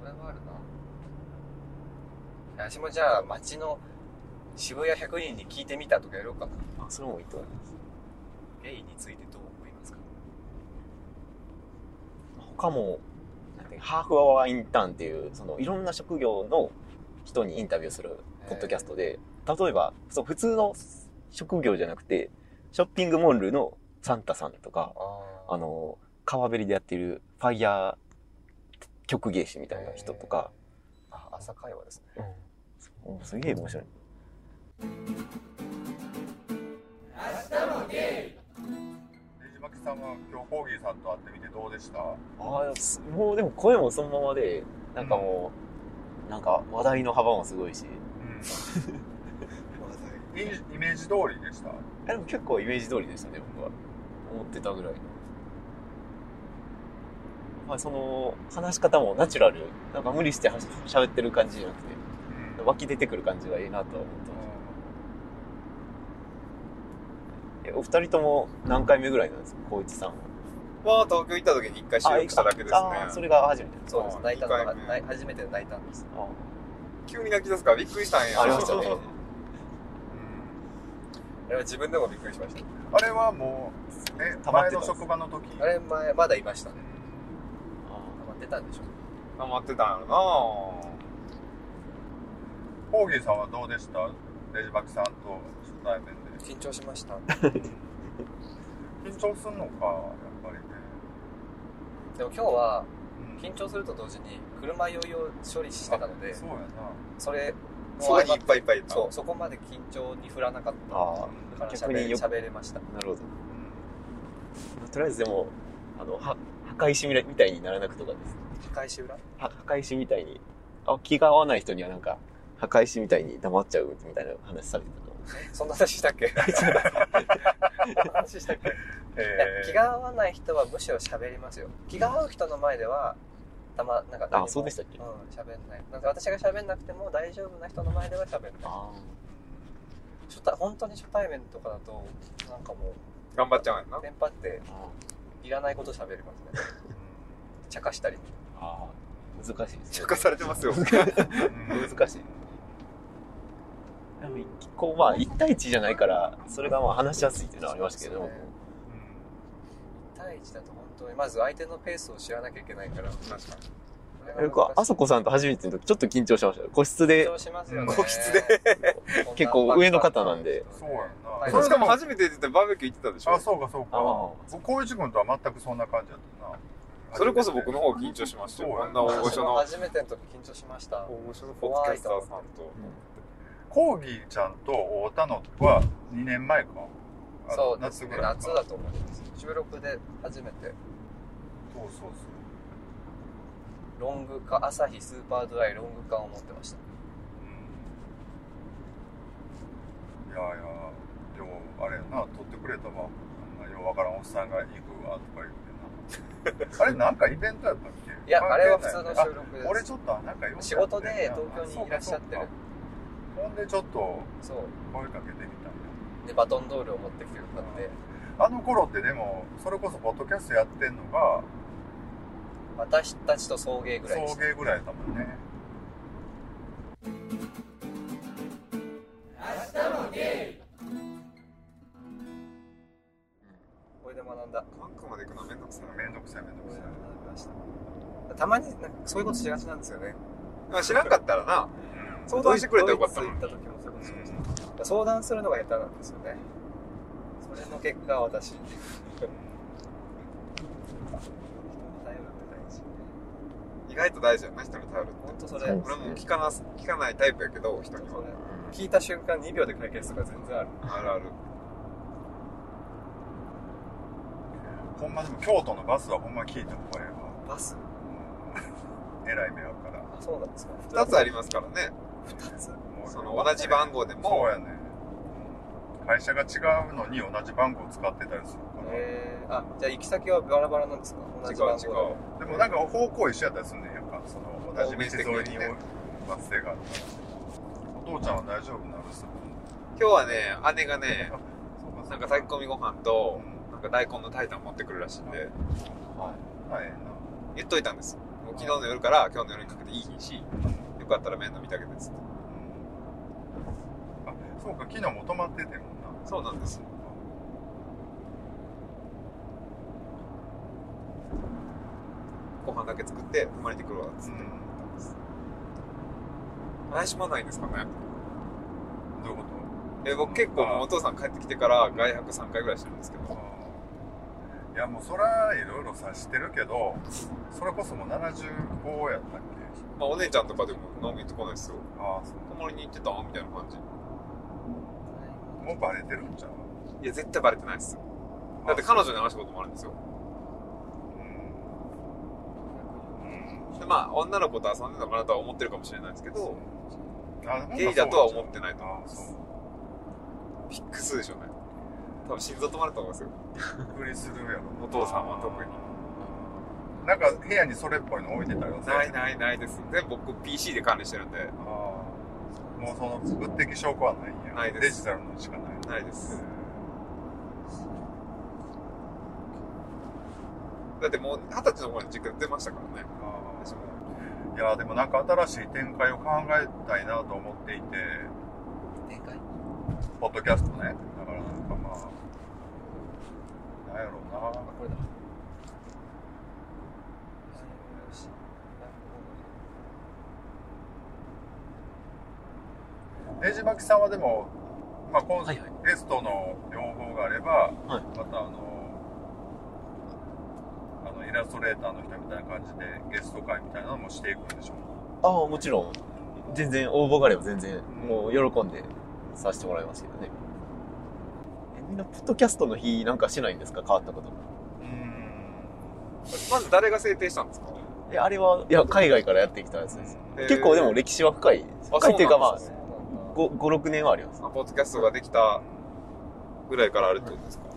[SPEAKER 2] それはあるな私もじゃあ街の渋谷100人に聞いてみたとかやろうかな
[SPEAKER 6] あ、それもいいと思います。
[SPEAKER 2] ゲイについてどう思いますか
[SPEAKER 6] 他も、なんていうかハーフアワーインターンっていう、そのいろんな職業の人にインタビューするポッドキャストで、例えば、そう、普通の職業じゃなくて、ショッピングモールのサンタさんとか、
[SPEAKER 2] あ
[SPEAKER 6] あの、川べりでやってるファイヤー曲芸師み
[SPEAKER 2] み
[SPEAKER 6] たいな人とか、
[SPEAKER 2] あ朝会話ですね
[SPEAKER 6] うんすげえ面白い。
[SPEAKER 1] ねじまきさんは今日コーギーさんと会ってみてどうでした
[SPEAKER 6] ああ、すもうでも声もそのままで、なんかもう、なんか話題の幅もすごいし、
[SPEAKER 1] イイメージ通りでした。
[SPEAKER 6] あでも結構イメージ通りでしたね、僕は。思ってたぐらいの。まあその、話し方もナチュラル。なんか無理して話し喋ってる感じじゃなくて、湧き出てくる感じがいいなとは思ってました。えお二人とも何回目ぐらいなんですか光一さんは。
[SPEAKER 3] は東京行った時に一回収録しただけですね。
[SPEAKER 6] ああ、それが初めて。
[SPEAKER 2] そうです
[SPEAKER 3] あー
[SPEAKER 2] 泣いたのが
[SPEAKER 3] 二回目
[SPEAKER 2] ない初めて泣いたんです
[SPEAKER 6] あ
[SPEAKER 3] 急に泣き出すからびっくりしたんや。
[SPEAKER 6] ありましたね
[SPEAKER 3] そうそう
[SPEAKER 2] あれは自分でもびっくりしました
[SPEAKER 1] あれはもう、え、
[SPEAKER 6] 溜まっ
[SPEAKER 1] 前
[SPEAKER 6] て
[SPEAKER 1] の
[SPEAKER 6] たんです
[SPEAKER 1] 職場の時。
[SPEAKER 2] あれ前まだいましたね
[SPEAKER 6] あ
[SPEAKER 2] 溜まってたんでしょ
[SPEAKER 3] 溜まってたんやろ
[SPEAKER 1] コーギーさんはどうでしたねじまきさんと初対面で。
[SPEAKER 2] 緊張しました
[SPEAKER 1] 緊張すんのか、やっぱりね。
[SPEAKER 2] でも今日は
[SPEAKER 1] うん
[SPEAKER 2] 緊張すると同時に車酔いを処理してたので
[SPEAKER 1] そうやな。
[SPEAKER 2] それ
[SPEAKER 3] な。そこにいっぱいいっぱいいた。
[SPEAKER 2] そうそこまで緊張に振らなかった
[SPEAKER 6] あ
[SPEAKER 2] から
[SPEAKER 6] 逆によく
[SPEAKER 2] 喋れれました
[SPEAKER 6] ー、なるほど。
[SPEAKER 1] うん
[SPEAKER 6] とりあえずでも、あの、は、墓石みらみたいにならなくとかです。
[SPEAKER 2] 返し裏
[SPEAKER 6] は墓石みたいに、あ、気が合わない人にはなんか、墓石みたいに黙っちゃうみたいな話されてたと思
[SPEAKER 2] そんな話したっ けそんな話したっけ
[SPEAKER 1] えー
[SPEAKER 2] 気が合わない人はむしろ喋りますよ気が合う人の前ではたまなんか何も
[SPEAKER 6] あそうでしたっけ
[SPEAKER 2] うん喋んないなんか私が喋んなくても大丈夫な人の前では喋んない
[SPEAKER 6] あ
[SPEAKER 2] 初対本当に初対面とかだとなんかも
[SPEAKER 3] 頑張っちゃうんやな
[SPEAKER 2] う。テンパって
[SPEAKER 6] あ、
[SPEAKER 2] いらないこと喋りますね茶化したり
[SPEAKER 6] ああ、難しいです、ね。
[SPEAKER 3] 着火されてますよ。
[SPEAKER 1] うん
[SPEAKER 6] 難しい。でも、こう、まあ、一対一じゃないから、それがまあ話しやすいっていうのはありましたけど、
[SPEAKER 2] そうですね一対一だと本当にまず相手のペースを知らなきゃいけないから
[SPEAKER 3] 確かに。
[SPEAKER 6] 僕はあそこさんと初めての時、ちょっと緊張しましたよ。個室で
[SPEAKER 2] 緊、張しますよね
[SPEAKER 3] 個室で
[SPEAKER 2] こんな
[SPEAKER 6] 結構上の方なんで
[SPEAKER 1] そうや
[SPEAKER 2] はい
[SPEAKER 1] な。
[SPEAKER 3] しかも初めて出てバーベキュー行ってたでし
[SPEAKER 1] あ、
[SPEAKER 3] ょ
[SPEAKER 1] そうかそう
[SPEAKER 6] あ
[SPEAKER 1] か。
[SPEAKER 6] あ、
[SPEAKER 1] 光一君とは全くそんな感じだったな。
[SPEAKER 3] それこそ僕の方緊張しましたよ。
[SPEAKER 1] そう
[SPEAKER 3] こんな大御
[SPEAKER 2] 私
[SPEAKER 3] 所
[SPEAKER 2] も
[SPEAKER 3] の、
[SPEAKER 2] 初めての時緊張しました
[SPEAKER 3] 大御所のポッドキャスターさんと。
[SPEAKER 1] コーギーちゃんと会うたのは2年前かあの
[SPEAKER 2] そうですね
[SPEAKER 1] ぐらいか
[SPEAKER 2] 夏だと思います収録で初めて
[SPEAKER 1] そうそう
[SPEAKER 2] ロング缶朝日スーパードライロング缶を持ってました
[SPEAKER 1] そう、うん、いやいやでもあれやな撮ってくれたわあんなようわからんおっさんが行くわとか言って なあれなんかイベントやったっけ
[SPEAKER 2] いやあれは普通の収録
[SPEAKER 1] あ俺
[SPEAKER 2] です
[SPEAKER 1] ちょっとなんか用事あってんな
[SPEAKER 2] 仕事で東京にいらっしゃってる
[SPEAKER 1] あそうかそうかほんでちょっと
[SPEAKER 2] そう
[SPEAKER 1] 声かけてみたんや
[SPEAKER 2] でバトンドールを持ってきてくださって
[SPEAKER 1] あの頃ってでもそれこそポッドキャストやってんのが
[SPEAKER 2] 私たちと送迎ぐらいで
[SPEAKER 1] 送
[SPEAKER 2] した
[SPEAKER 1] 迎ぐらいだもんね
[SPEAKER 2] これで学んだ
[SPEAKER 3] マンクまで行くのはめんどくさい。
[SPEAKER 1] めんどくさいめんど
[SPEAKER 2] こ
[SPEAKER 1] く
[SPEAKER 2] れ
[SPEAKER 1] さ
[SPEAKER 2] で
[SPEAKER 1] い
[SPEAKER 2] 学びましたたまになんかそういうことしがちなんですよね
[SPEAKER 3] まあ知らんかったらな、
[SPEAKER 1] うん
[SPEAKER 3] 相談してくれたらよかった
[SPEAKER 2] ドイ
[SPEAKER 3] の
[SPEAKER 2] ツ
[SPEAKER 3] に。
[SPEAKER 2] 行った時もそういうことしました相談するのが下手なんですよねそれの結果は 私人に頼るって大事
[SPEAKER 3] 意外と大事やな、人に頼るって。
[SPEAKER 2] 本当それ
[SPEAKER 6] そう
[SPEAKER 3] 俺も聞かなす、聞かないタイプやけど、人には。
[SPEAKER 2] 聞いた瞬間2秒で解決とか全然ある
[SPEAKER 3] あるある。
[SPEAKER 1] ほんまでも京都のバスはほんま聞いた方がえ
[SPEAKER 2] バス
[SPEAKER 1] えわえらい迷惑から
[SPEAKER 2] あそうなんですか
[SPEAKER 3] 二つありますからね。
[SPEAKER 2] 2つ
[SPEAKER 1] もう
[SPEAKER 3] その同じ番号で
[SPEAKER 1] そ
[SPEAKER 3] も
[SPEAKER 1] う、やね会社が違うのに同じ番号使ってたりするから、
[SPEAKER 2] えー、あじゃあ行き先はバラバラなんですか
[SPEAKER 3] 違
[SPEAKER 2] 同
[SPEAKER 3] う
[SPEAKER 2] じ番
[SPEAKER 3] 違
[SPEAKER 2] 号
[SPEAKER 3] う。
[SPEAKER 1] でもなんか方向一緒やったりすんねんやんかその同じ道沿いに
[SPEAKER 3] ね
[SPEAKER 1] バス停があるからお父ちゃんは大丈夫なのす
[SPEAKER 3] 今日はね、姉がね、
[SPEAKER 1] そうか
[SPEAKER 3] なんか炊き込みご飯と、
[SPEAKER 1] う
[SPEAKER 3] なんか大根の炊いたの持ってくるらしいんで、
[SPEAKER 1] んはいな
[SPEAKER 3] 言っといたんです。もう昨日の夜から今日の夜にかけていいし、よかったら麺の見てあげてっつって。
[SPEAKER 1] あそうか昨日も泊まっててもんな
[SPEAKER 3] そうなんです。ご飯だけ作って生まれてくるわっ
[SPEAKER 1] う
[SPEAKER 3] つって。
[SPEAKER 1] ん
[SPEAKER 3] 来週もないんですかね
[SPEAKER 1] どういうこと
[SPEAKER 3] え僕結構もうお父さん帰ってきてから外泊3回ぐらいしてるんですけど
[SPEAKER 1] いやもうそらいろいろ察してるけどそれこそもう75やったっけ
[SPEAKER 3] まあお姉ちゃんとかでも飲みに行ってこないですよ
[SPEAKER 1] ああそ
[SPEAKER 3] 泊まりに行ってたみたいな感じ
[SPEAKER 1] うもうバレてるんちゃう
[SPEAKER 3] いや絶対バレてないっすよだって彼女に話したこともあるんですよ
[SPEAKER 1] うん
[SPEAKER 3] でまあ女の子と遊んでたのかなとは思ってるかもしれないですけど
[SPEAKER 1] あほんまそう
[SPEAKER 3] ゲイだとは思ってないと思い
[SPEAKER 1] あ
[SPEAKER 3] ま
[SPEAKER 1] あ
[SPEAKER 3] す
[SPEAKER 1] そ
[SPEAKER 3] ビッグスでしょうね多分心臓止まると思いますよ
[SPEAKER 1] うびっくりするやろ
[SPEAKER 3] お父さんは特に
[SPEAKER 1] なんか部屋にそれっぽいの置いてたよね
[SPEAKER 3] ないないないです全部僕 PC で管理してるんで
[SPEAKER 1] ああもうその物的証拠はないんや
[SPEAKER 3] ないです
[SPEAKER 1] デジタルのしかない
[SPEAKER 3] ないですだってもう二十歳の頃に実家出ましたからね
[SPEAKER 1] あ
[SPEAKER 3] 私も
[SPEAKER 1] あいやでもなんか新しい展開を考えたいなと思っていて
[SPEAKER 2] でかい
[SPEAKER 1] ポッドキャストねだからなんかまあなんやろうな
[SPEAKER 2] あこれだ
[SPEAKER 1] ねじまきさんはでも、まあ、今
[SPEAKER 6] はいはい
[SPEAKER 1] ゲストの要望があれば、
[SPEAKER 6] はい
[SPEAKER 1] またあのあのイラストレーターの人みたいな感じでゲスト会みたいなのもしていくんでしょう
[SPEAKER 6] ああ、もちろん。全然、応募があれば全然、もう喜んでさせてもらいますけどね。えみんな、ポッドキャストの日なんかしないんですか変わったこと。
[SPEAKER 1] うん
[SPEAKER 3] まず誰が制定したんですか
[SPEAKER 6] え、あれは、いや、海外からやってきたやつです。結構でも歴史は深いです。
[SPEAKER 3] あ
[SPEAKER 6] 深いっていうかまあ
[SPEAKER 3] そう、
[SPEAKER 6] 5、6年はあります。
[SPEAKER 3] あポッドキャストができたぐらいからあるってことですか、
[SPEAKER 1] ね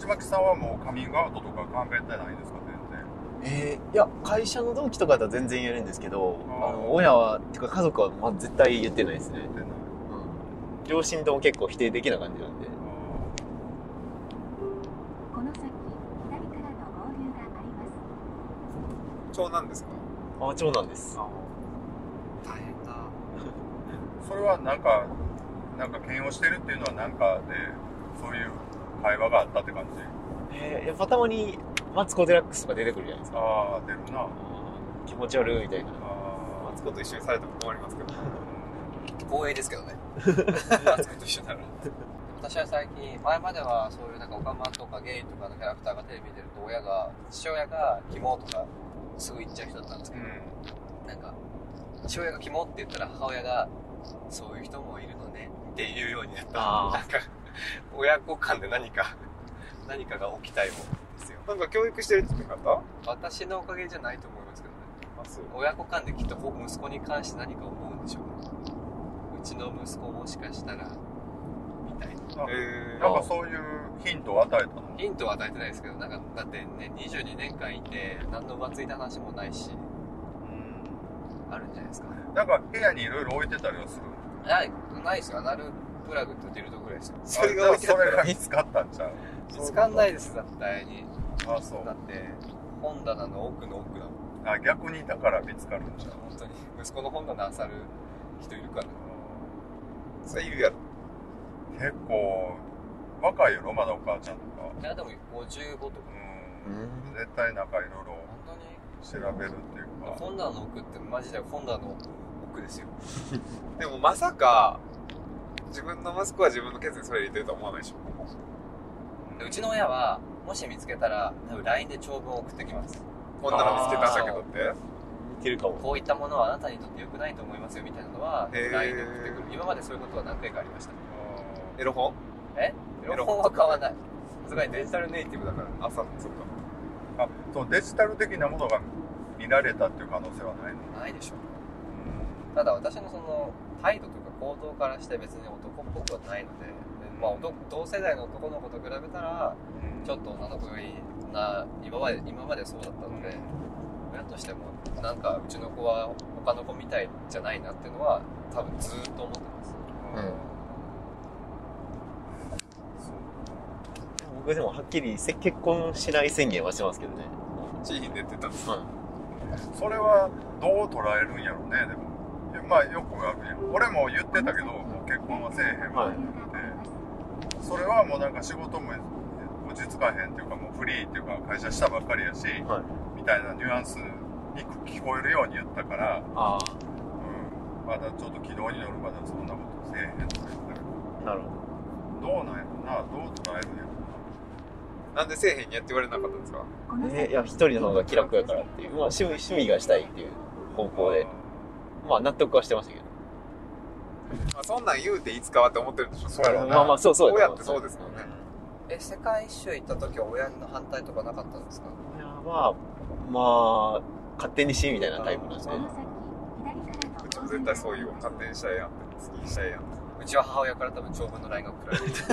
[SPEAKER 1] じまきさんはもうカミングアウトとか考えてないんですか
[SPEAKER 6] えーいや、会社の同期とかだと全然言えるんですけど、
[SPEAKER 1] あー
[SPEAKER 6] あの、親は、てか家族は、まあ、絶対言ってないですね
[SPEAKER 1] 全。然
[SPEAKER 6] うん。両親とも結構否定的な感じなんで。
[SPEAKER 5] この先、左からの合流があります。
[SPEAKER 3] 長男ですか
[SPEAKER 6] あ、長男です。
[SPEAKER 3] あ大変だ
[SPEAKER 1] それはなんかなんか兼用してるっていうのはなんかでそういう会話があったって感じ
[SPEAKER 6] えーやっぱたまに、マツコ・デラックスとか出てくるじゃないですか。
[SPEAKER 1] ああ出るな
[SPEAKER 6] 気持ち悪いみたいな。
[SPEAKER 1] あ
[SPEAKER 3] マツコと一緒にされても困りますけ ど
[SPEAKER 2] 光栄ですけどねマツコと一緒なら私は最近前まではそういうなんかオカマとかゲイとかのキャラクターがテレビに出ると親が父親が「キモ」とかすぐ言っちゃう人だったんですけど、なんか父親が「キモ」って言ったら母親が「そういう人もいるのね」っていうようになったな
[SPEAKER 6] あ
[SPEAKER 2] んか親子間で何か何かが起きたようですよ
[SPEAKER 3] なんか教育してるって言ってなかっ
[SPEAKER 2] 私のおかげじゃないと思いますけどね
[SPEAKER 3] たあそう
[SPEAKER 2] 親子間できっと息子に関して何か思うんでしょうねうちの息子もしかしたらみたいな
[SPEAKER 1] あ
[SPEAKER 3] えー、
[SPEAKER 1] なんかそういうヒントを与えたの
[SPEAKER 2] ヒントは与えてないですけどなんかだってね22年間いて何の浮ついた話もないし
[SPEAKER 1] うん
[SPEAKER 2] あるんじゃないですか。
[SPEAKER 1] なんか部屋にいろいろ置いてたりはする
[SPEAKER 2] ない、ないですよ。アナルプラグとデルドぐらいですよ。
[SPEAKER 3] それが置いて
[SPEAKER 1] あじゃ
[SPEAKER 3] あった
[SPEAKER 1] あそれ
[SPEAKER 3] ら
[SPEAKER 1] が見つかったんちゃう
[SPEAKER 2] 見つかんないです、絶対に。
[SPEAKER 1] あそう
[SPEAKER 2] だって、
[SPEAKER 3] 本棚の奥の奥だもん
[SPEAKER 1] あ逆にだから見つかるんちゃう
[SPEAKER 3] 本当に息子の本棚あさる人いるかな
[SPEAKER 1] う
[SPEAKER 3] それいるやろ
[SPEAKER 1] ん結構若いよろまだお母ちゃんとか
[SPEAKER 2] いや、でも55とか。
[SPEAKER 1] うん
[SPEAKER 6] う
[SPEAKER 1] 絶対なんかいろいろ
[SPEAKER 2] 本当に
[SPEAKER 1] 調べるっていうか
[SPEAKER 2] 本棚の奥ってマジで本棚の奥ですよ。
[SPEAKER 3] でもまさか自分の息子は自分のケツにそれ入れてるとは思わないでしょ
[SPEAKER 2] でうちの親は、もし見つけたら、多分 LINE で長文を送ってきます。
[SPEAKER 3] 女の見つけたんだけどって
[SPEAKER 6] 似てるかも。
[SPEAKER 2] こういったものはあなたにとって良くないと思いますよみたいなのは、
[SPEAKER 3] へー
[SPEAKER 2] LINE で送ってくる。今までそういうことは何回かありました。
[SPEAKER 3] エロ本
[SPEAKER 2] エロ本は買わない。さすがにデ
[SPEAKER 3] デ
[SPEAKER 2] ジ
[SPEAKER 3] ジ
[SPEAKER 2] タ
[SPEAKER 3] タ
[SPEAKER 2] ル
[SPEAKER 3] ルネイティブだから朝のそっか
[SPEAKER 1] あそうデジタル的なものが見られたっていう可能性はないの
[SPEAKER 2] ないでしょ。ただ私のその態度というか行動からして別に男っぽくはないので、でまあ男同世代の男の子と比べたら、
[SPEAKER 1] うん
[SPEAKER 2] ちょっと女の子がいいな、今まで、今までそうだったので、親としても、なんかうちの子は他の子みたいじゃないなっていうのは、多分ずーっと思ってます。
[SPEAKER 6] うん
[SPEAKER 1] そう
[SPEAKER 6] 僕でもはっきりせ結婚しない宣言はしてますけどね。
[SPEAKER 3] 地位に出てた
[SPEAKER 1] それはどう捉えるんやろうねでもいやまあよくあるやん俺も言ってたけどもう結婚はせえへんわって言って、それはもうなんか仕事も落ち着かへんっていうかもうフリーっていうか会社したばっかりやし、
[SPEAKER 6] はい
[SPEAKER 1] みたいなニュアンスに聞こえるように言ったから、
[SPEAKER 6] あ
[SPEAKER 1] うん、まだちょっと軌道に乗るまではそんなことせえへんって言ったけど
[SPEAKER 6] あ、なるほ
[SPEAKER 1] どうなんやろなどう捉えるんやろ
[SPEAKER 3] なんでせえへんにやって言われなかったんですか
[SPEAKER 6] ど。ね、いや、一人の方が気楽やからっていう。まあ、趣味、趣味がしたいっていう方向で。まあ、納得はしてましたけど。
[SPEAKER 3] まあそんなん言うていつかはって思ってるんでしょ
[SPEAKER 1] そうやろうな
[SPEAKER 6] まあまあ、そうそう
[SPEAKER 3] 親ってそうですもんね
[SPEAKER 2] え、世界一周行った時は親の反対とかなかったんですか
[SPEAKER 6] 親は、まあ、勝手にしみたいなタイプなんですね。
[SPEAKER 3] うちも絶対そういうわ勝手にしたいやんって好きにしたいやんって
[SPEAKER 2] うちは母親から多分長文の LINE が送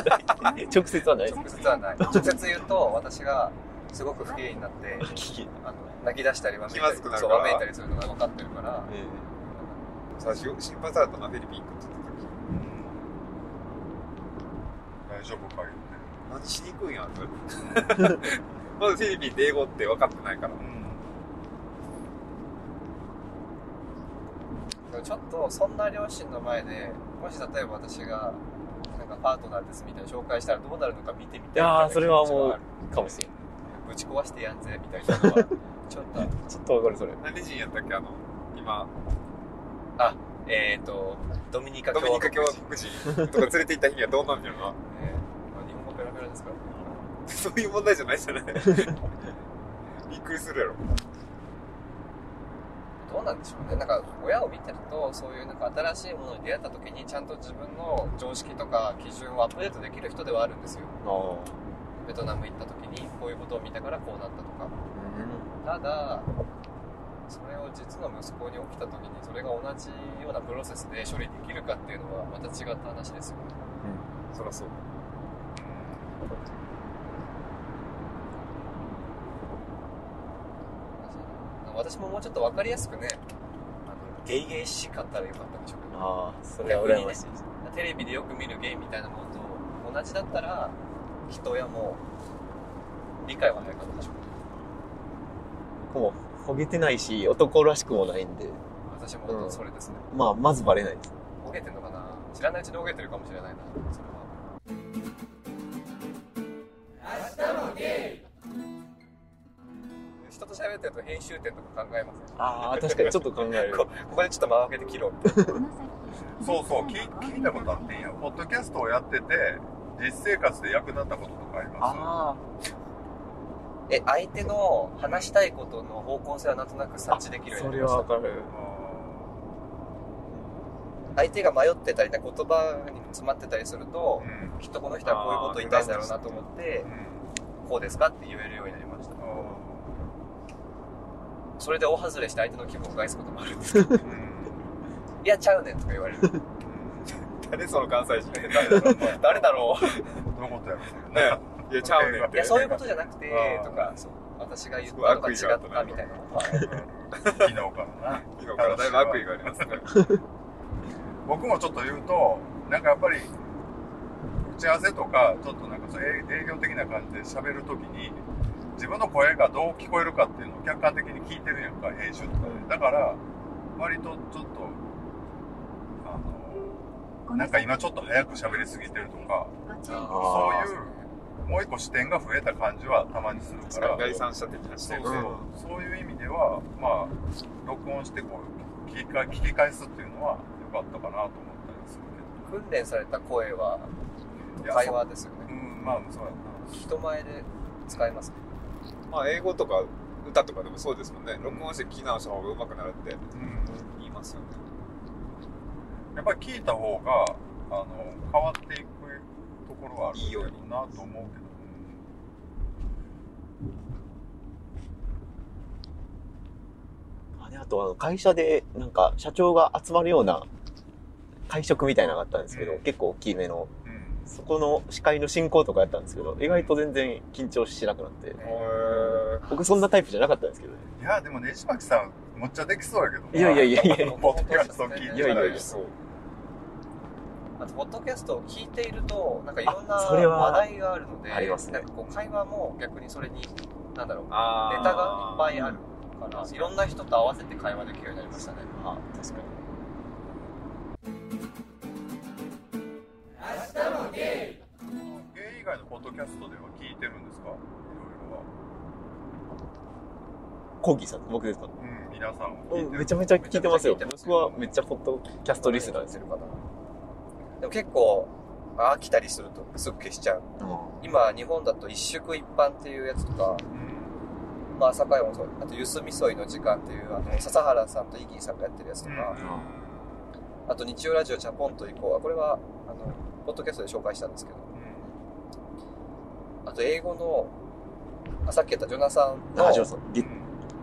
[SPEAKER 2] られてる。
[SPEAKER 6] 直接はないです。
[SPEAKER 2] 直接は ない。直接言うと、私がすごく不機嫌になって、あの泣き出したりわめいたり
[SPEAKER 3] 気まずくなる
[SPEAKER 2] そう
[SPEAKER 3] から
[SPEAKER 2] わめいたりするのが分かってるから、
[SPEAKER 3] さし心配されたなフィリピン行くって言った時
[SPEAKER 1] 大丈夫かよね
[SPEAKER 3] 何しに行くんやんそれ まだフィリピンで英語って分かってないから
[SPEAKER 2] でもちょっとそんな両親の前で、もし例えば私が、なんかパートナーですみたいな紹介したらどうなるのか見てみたい
[SPEAKER 6] い
[SPEAKER 2] な
[SPEAKER 6] やーそれはもう
[SPEAKER 2] 気持ちがある
[SPEAKER 6] かもしれん。
[SPEAKER 2] ぶち壊してやんぜみたいなのは、ちょっとある、
[SPEAKER 6] ちょっとわかる、それ。
[SPEAKER 3] 何人やったっけあの今
[SPEAKER 2] えっ、ー、と、ドミニカ
[SPEAKER 3] ド
[SPEAKER 2] 共
[SPEAKER 3] ミ
[SPEAKER 2] 和
[SPEAKER 3] ニ
[SPEAKER 2] 国
[SPEAKER 3] カ共和国人とか連れて行った日にはどうなんやろ
[SPEAKER 2] ね
[SPEAKER 3] な
[SPEAKER 2] まあ日本語ペラペラですから。
[SPEAKER 3] そういう問題じゃない じゃないびっくりするやろ
[SPEAKER 2] どうなんでしょうねなんか親を見てるとそういうなんか新しいものに出会った時にちゃんと自分の常識とか基準をアップデートできる人ではあるんですよベトナム行った時にこういうことを見たからこうなったとかただそれを実の息子に起きた時にそれが同じようなプロセスで処理できるかっていうのはまた違った話ですよね
[SPEAKER 3] そらそう
[SPEAKER 2] 私ももうちょっと分かりやすくねあのゲイゲイしかったらよかったんでしょうけど
[SPEAKER 6] ああ、それは羨ましいです。
[SPEAKER 2] テレビでよく見るゲイみたいなものと同じだったらきっと親も理解は早かったでしょうね
[SPEAKER 6] 僕もう、ほげてないし、男らしくもないんで、
[SPEAKER 2] 私
[SPEAKER 6] う
[SPEAKER 2] も
[SPEAKER 6] ん
[SPEAKER 2] それですね
[SPEAKER 6] まあ、まずバレないです。
[SPEAKER 2] ボケてんのかな知らないうちにボケてるかもしれないなそれは明日もゲイ人と喋ってると編集点とか考えますね
[SPEAKER 6] ああ、確かにちょっと考える。
[SPEAKER 2] こここでちょっと間を空けて切ろうみたい
[SPEAKER 1] そうそう聞い聞いたことあってんやポッドキャストをやってて実生活で役立ったこととかありま
[SPEAKER 6] あ
[SPEAKER 2] なえ相手の話したいことの方向性はなんとなく察知でき
[SPEAKER 6] あ、
[SPEAKER 2] るよう
[SPEAKER 6] そ
[SPEAKER 2] になりまし
[SPEAKER 6] れはわかる
[SPEAKER 1] す。あ
[SPEAKER 2] た相手が迷ってたりな言葉に詰まってたりすると
[SPEAKER 1] ーうん
[SPEAKER 2] きっとこの人はこういうことを言いたいんだろうなと思って
[SPEAKER 1] うん
[SPEAKER 2] こうですかって言えるようになりましたそれで大外れして相手の気分を害すこともあるんですけど
[SPEAKER 1] あーうん
[SPEAKER 2] いやちゃうねんとか言われる
[SPEAKER 3] 誰その関西人
[SPEAKER 1] 誰だろうまあ
[SPEAKER 2] 誰だろう
[SPEAKER 1] どういうことやろうそれ
[SPEAKER 3] ねいやちゃうねんっ
[SPEAKER 2] い
[SPEAKER 3] て
[SPEAKER 2] やそういうことじゃなくて
[SPEAKER 1] あー
[SPEAKER 2] とかそう私が言ったのが違ったみたいなことは
[SPEAKER 1] 昨日からな。
[SPEAKER 3] 昨日からだいぶ悪意がありますね。
[SPEAKER 1] 僕もちょっと言うと、なんかやっぱり、打ち合わせとか、ちょっとなんかそう営営業的な感じで喋るときに、自分の声がどう聞こえるかっていうのを客観的に聞いてるやんか、編集とかで。だから、割とちょっと、あの、なんか今ちょっと早く喋りすぎてるとか、
[SPEAKER 6] あー
[SPEAKER 1] そういう、もう一個視点が増えた感じはたまにする
[SPEAKER 3] 確
[SPEAKER 1] か
[SPEAKER 3] からに、第三者的な視
[SPEAKER 1] そう
[SPEAKER 3] 点
[SPEAKER 1] そう、そういう意味では、まあ、録音してこう、聞きか聞き返すっていうのは良かったかなと思ったりする
[SPEAKER 2] 訓練された声は
[SPEAKER 1] けど。いや
[SPEAKER 2] 会話ですよ
[SPEAKER 1] そう
[SPEAKER 2] ね
[SPEAKER 1] うん、まあ、そうや
[SPEAKER 2] 人前で使えますね
[SPEAKER 3] まあ、英語とか歌とかでもそうですもんね。録音して聞き直した方が上手くなるって
[SPEAKER 1] な。うん。
[SPEAKER 3] 言いますよね。
[SPEAKER 1] やっぱり聞いた方が、あの、変わっていくところはある
[SPEAKER 3] いいように
[SPEAKER 1] なと思うけど。
[SPEAKER 6] あであとあの会社でなんか社長が集まるような会食みたいなのがあったんですけど、
[SPEAKER 1] うん
[SPEAKER 6] 結構大きい目の
[SPEAKER 1] うん。うん
[SPEAKER 6] そこの司会の進行とかやったんですけど意外と全然緊張しなくなって
[SPEAKER 3] へー
[SPEAKER 6] 僕そんなタイプじゃなかったんですけどね
[SPEAKER 1] いや、でもねじまきさん、むっちゃできそうやけどな。
[SPEAKER 6] いやいやいやいや
[SPEAKER 1] ポッドキャスト聞いて
[SPEAKER 6] いやいやいや
[SPEAKER 3] そう。
[SPEAKER 2] あとポッドキャストを聞いているとなんかいろんな
[SPEAKER 6] あそれは
[SPEAKER 2] 話題があるので
[SPEAKER 6] ありますね
[SPEAKER 2] なんかこう会話も逆にそれになんだろうネ
[SPEAKER 3] あー
[SPEAKER 2] タがいっぱいあるからいろんな人と合わせて会話できるようになりましたね
[SPEAKER 6] あ確かに
[SPEAKER 1] ゲイ以外のポッドキャストでは聞いてるんですかいろいろは。
[SPEAKER 6] コーギーさん僕ですか
[SPEAKER 1] うん、皆さんを聞いてる
[SPEAKER 6] うん。めちゃめちゃ聞いてますよ
[SPEAKER 2] めちゃめちゃ聞いてます
[SPEAKER 6] 僕はめっちゃポッドキャストリスナーですよ、
[SPEAKER 2] るかなでも結構飽きたりするとすぐ消しちゃう今日本だと一宿一般っていうやつとか
[SPEAKER 1] うん
[SPEAKER 2] まあ、酒井もそうあと「ゆすみそいの時間」っていうあの笹原さんとイギーさんがやってるやつとか、あと日曜ラジオ「チャポンと行こう」あこれはあのポッドキャストで紹介したんですけどあと英語のあさっき言ったジョナサンの
[SPEAKER 6] あジョーさんゲ
[SPEAKER 1] うんうん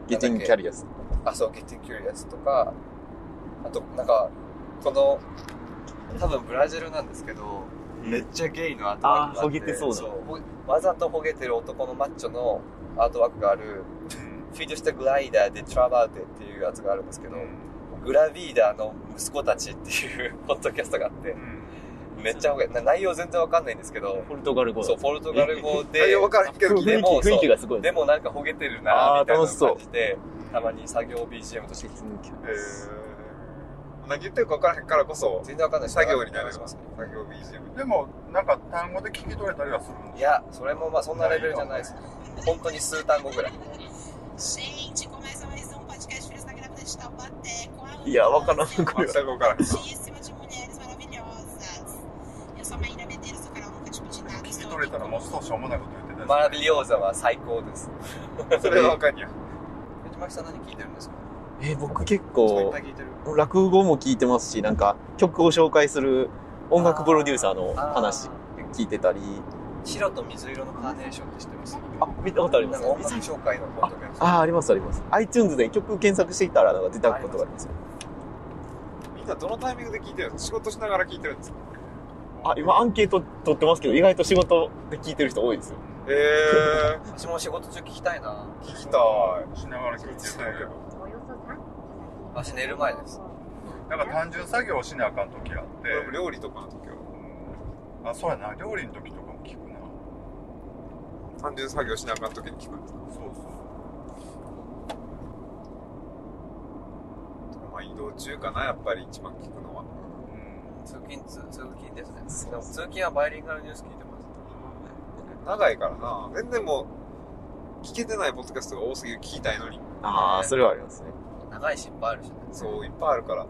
[SPEAKER 6] ゲティングキャリアス
[SPEAKER 2] あそう「ゲッティンキュリアス」とかあとなんかこの多分ブラジルなんですけどめっちゃゲイのアートワークがあって
[SPEAKER 6] あーほげてそうだ
[SPEAKER 2] ほわざとほげてる男のマッチョのアートワークがある「フィードしたグライダーでトラバーテ」っていうやつがあるんですけど、グラビーダーの息子たちっていう ポッドキャストがあって、めっちゃほげな内容全然わかんないんですけど、
[SPEAKER 6] ポルトガル語
[SPEAKER 2] そう、ポルトガル語
[SPEAKER 3] 内
[SPEAKER 2] で
[SPEAKER 3] 容、分からんけど聞
[SPEAKER 6] 雰
[SPEAKER 3] い
[SPEAKER 6] 囲
[SPEAKER 3] て
[SPEAKER 2] で
[SPEAKER 6] 気
[SPEAKER 2] も
[SPEAKER 6] 雰囲気がすごい
[SPEAKER 2] でもなんかほげてるなぁ、
[SPEAKER 6] あー
[SPEAKER 2] みたいな
[SPEAKER 6] 楽しそう
[SPEAKER 2] 感じで、たまに作業 BGM として
[SPEAKER 6] ゲティングキャ
[SPEAKER 3] え
[SPEAKER 6] リアス
[SPEAKER 3] ー何言ってるか分からへんからこそ、
[SPEAKER 2] 全然わかんないです
[SPEAKER 3] 作業になります
[SPEAKER 2] ね。
[SPEAKER 3] 作業 BGM。
[SPEAKER 1] でも、なんか単語で聞き取れたりはするん
[SPEAKER 2] い
[SPEAKER 1] で
[SPEAKER 2] や、それもまあそんなレベルじゃないです。本当に数単語ぐらい。
[SPEAKER 8] Gente, começa mais um podcast Filhos da Grávida de Taubaté com a Ana.
[SPEAKER 6] いやわからんこれは
[SPEAKER 3] 全く分からへん。
[SPEAKER 8] Cheíssima de mulheres maravilhosas. Eu sou a Maíra Medeiros, do canal Nunca Te Pedi Nada.
[SPEAKER 1] 聞き
[SPEAKER 8] Estou
[SPEAKER 1] 取れ
[SPEAKER 8] aqui
[SPEAKER 1] たら
[SPEAKER 8] com
[SPEAKER 1] もう少ししょうもないこと言ってたり
[SPEAKER 2] マラビリオーザは最高です。
[SPEAKER 3] それは分かんや。
[SPEAKER 2] 藤巻さん何聞いてるんですか
[SPEAKER 6] えー僕結
[SPEAKER 2] そういっ
[SPEAKER 6] 構
[SPEAKER 2] ぱい聞いてる。
[SPEAKER 6] 落語も聞いてますしなんか曲を紹介する音楽プロデューサーの話
[SPEAKER 2] あ
[SPEAKER 6] 聞いてたり
[SPEAKER 2] 白と水色のカーネーションって知ってます
[SPEAKER 6] あ見たことありま
[SPEAKER 2] なん
[SPEAKER 6] す
[SPEAKER 2] か音楽紹介のポッドキャスト。
[SPEAKER 6] ああありますあります iTunes で曲検索していたらなんか出たことがありますよ
[SPEAKER 3] みんなどのタイミングで聞いてるんですか仕事しながら聞いてるんですか
[SPEAKER 6] あ今アンケート取ってますけど意外と仕事で聞いてる人多いですよ
[SPEAKER 3] ええー、
[SPEAKER 2] 私も仕事中聞きたいな
[SPEAKER 3] 聞きたい。
[SPEAKER 1] しながら聞いてたんやけど
[SPEAKER 2] 私寝る前です
[SPEAKER 1] なんか単純作業をしなあかん時あっ
[SPEAKER 3] これも
[SPEAKER 1] て、
[SPEAKER 3] 料理とかの時は、
[SPEAKER 1] うんあ、そうやな、料理の時とかも聞くな。
[SPEAKER 3] 単純作業しなあかん時に聞くんですか
[SPEAKER 1] そうそ
[SPEAKER 3] まあ移動中かな、やっぱり一番聞くのは。
[SPEAKER 1] う。うん。
[SPEAKER 2] 通勤通通勤ですね
[SPEAKER 6] そう
[SPEAKER 2] でも通勤はバイリンガルニュース聞いてます
[SPEAKER 3] 長いからな。全然もう、聞けてないポッドキャストが多すぎる聞きたいのに。
[SPEAKER 6] ああそれはありますね
[SPEAKER 2] 長い失敗あるしね
[SPEAKER 3] そう、いっぱいあるから。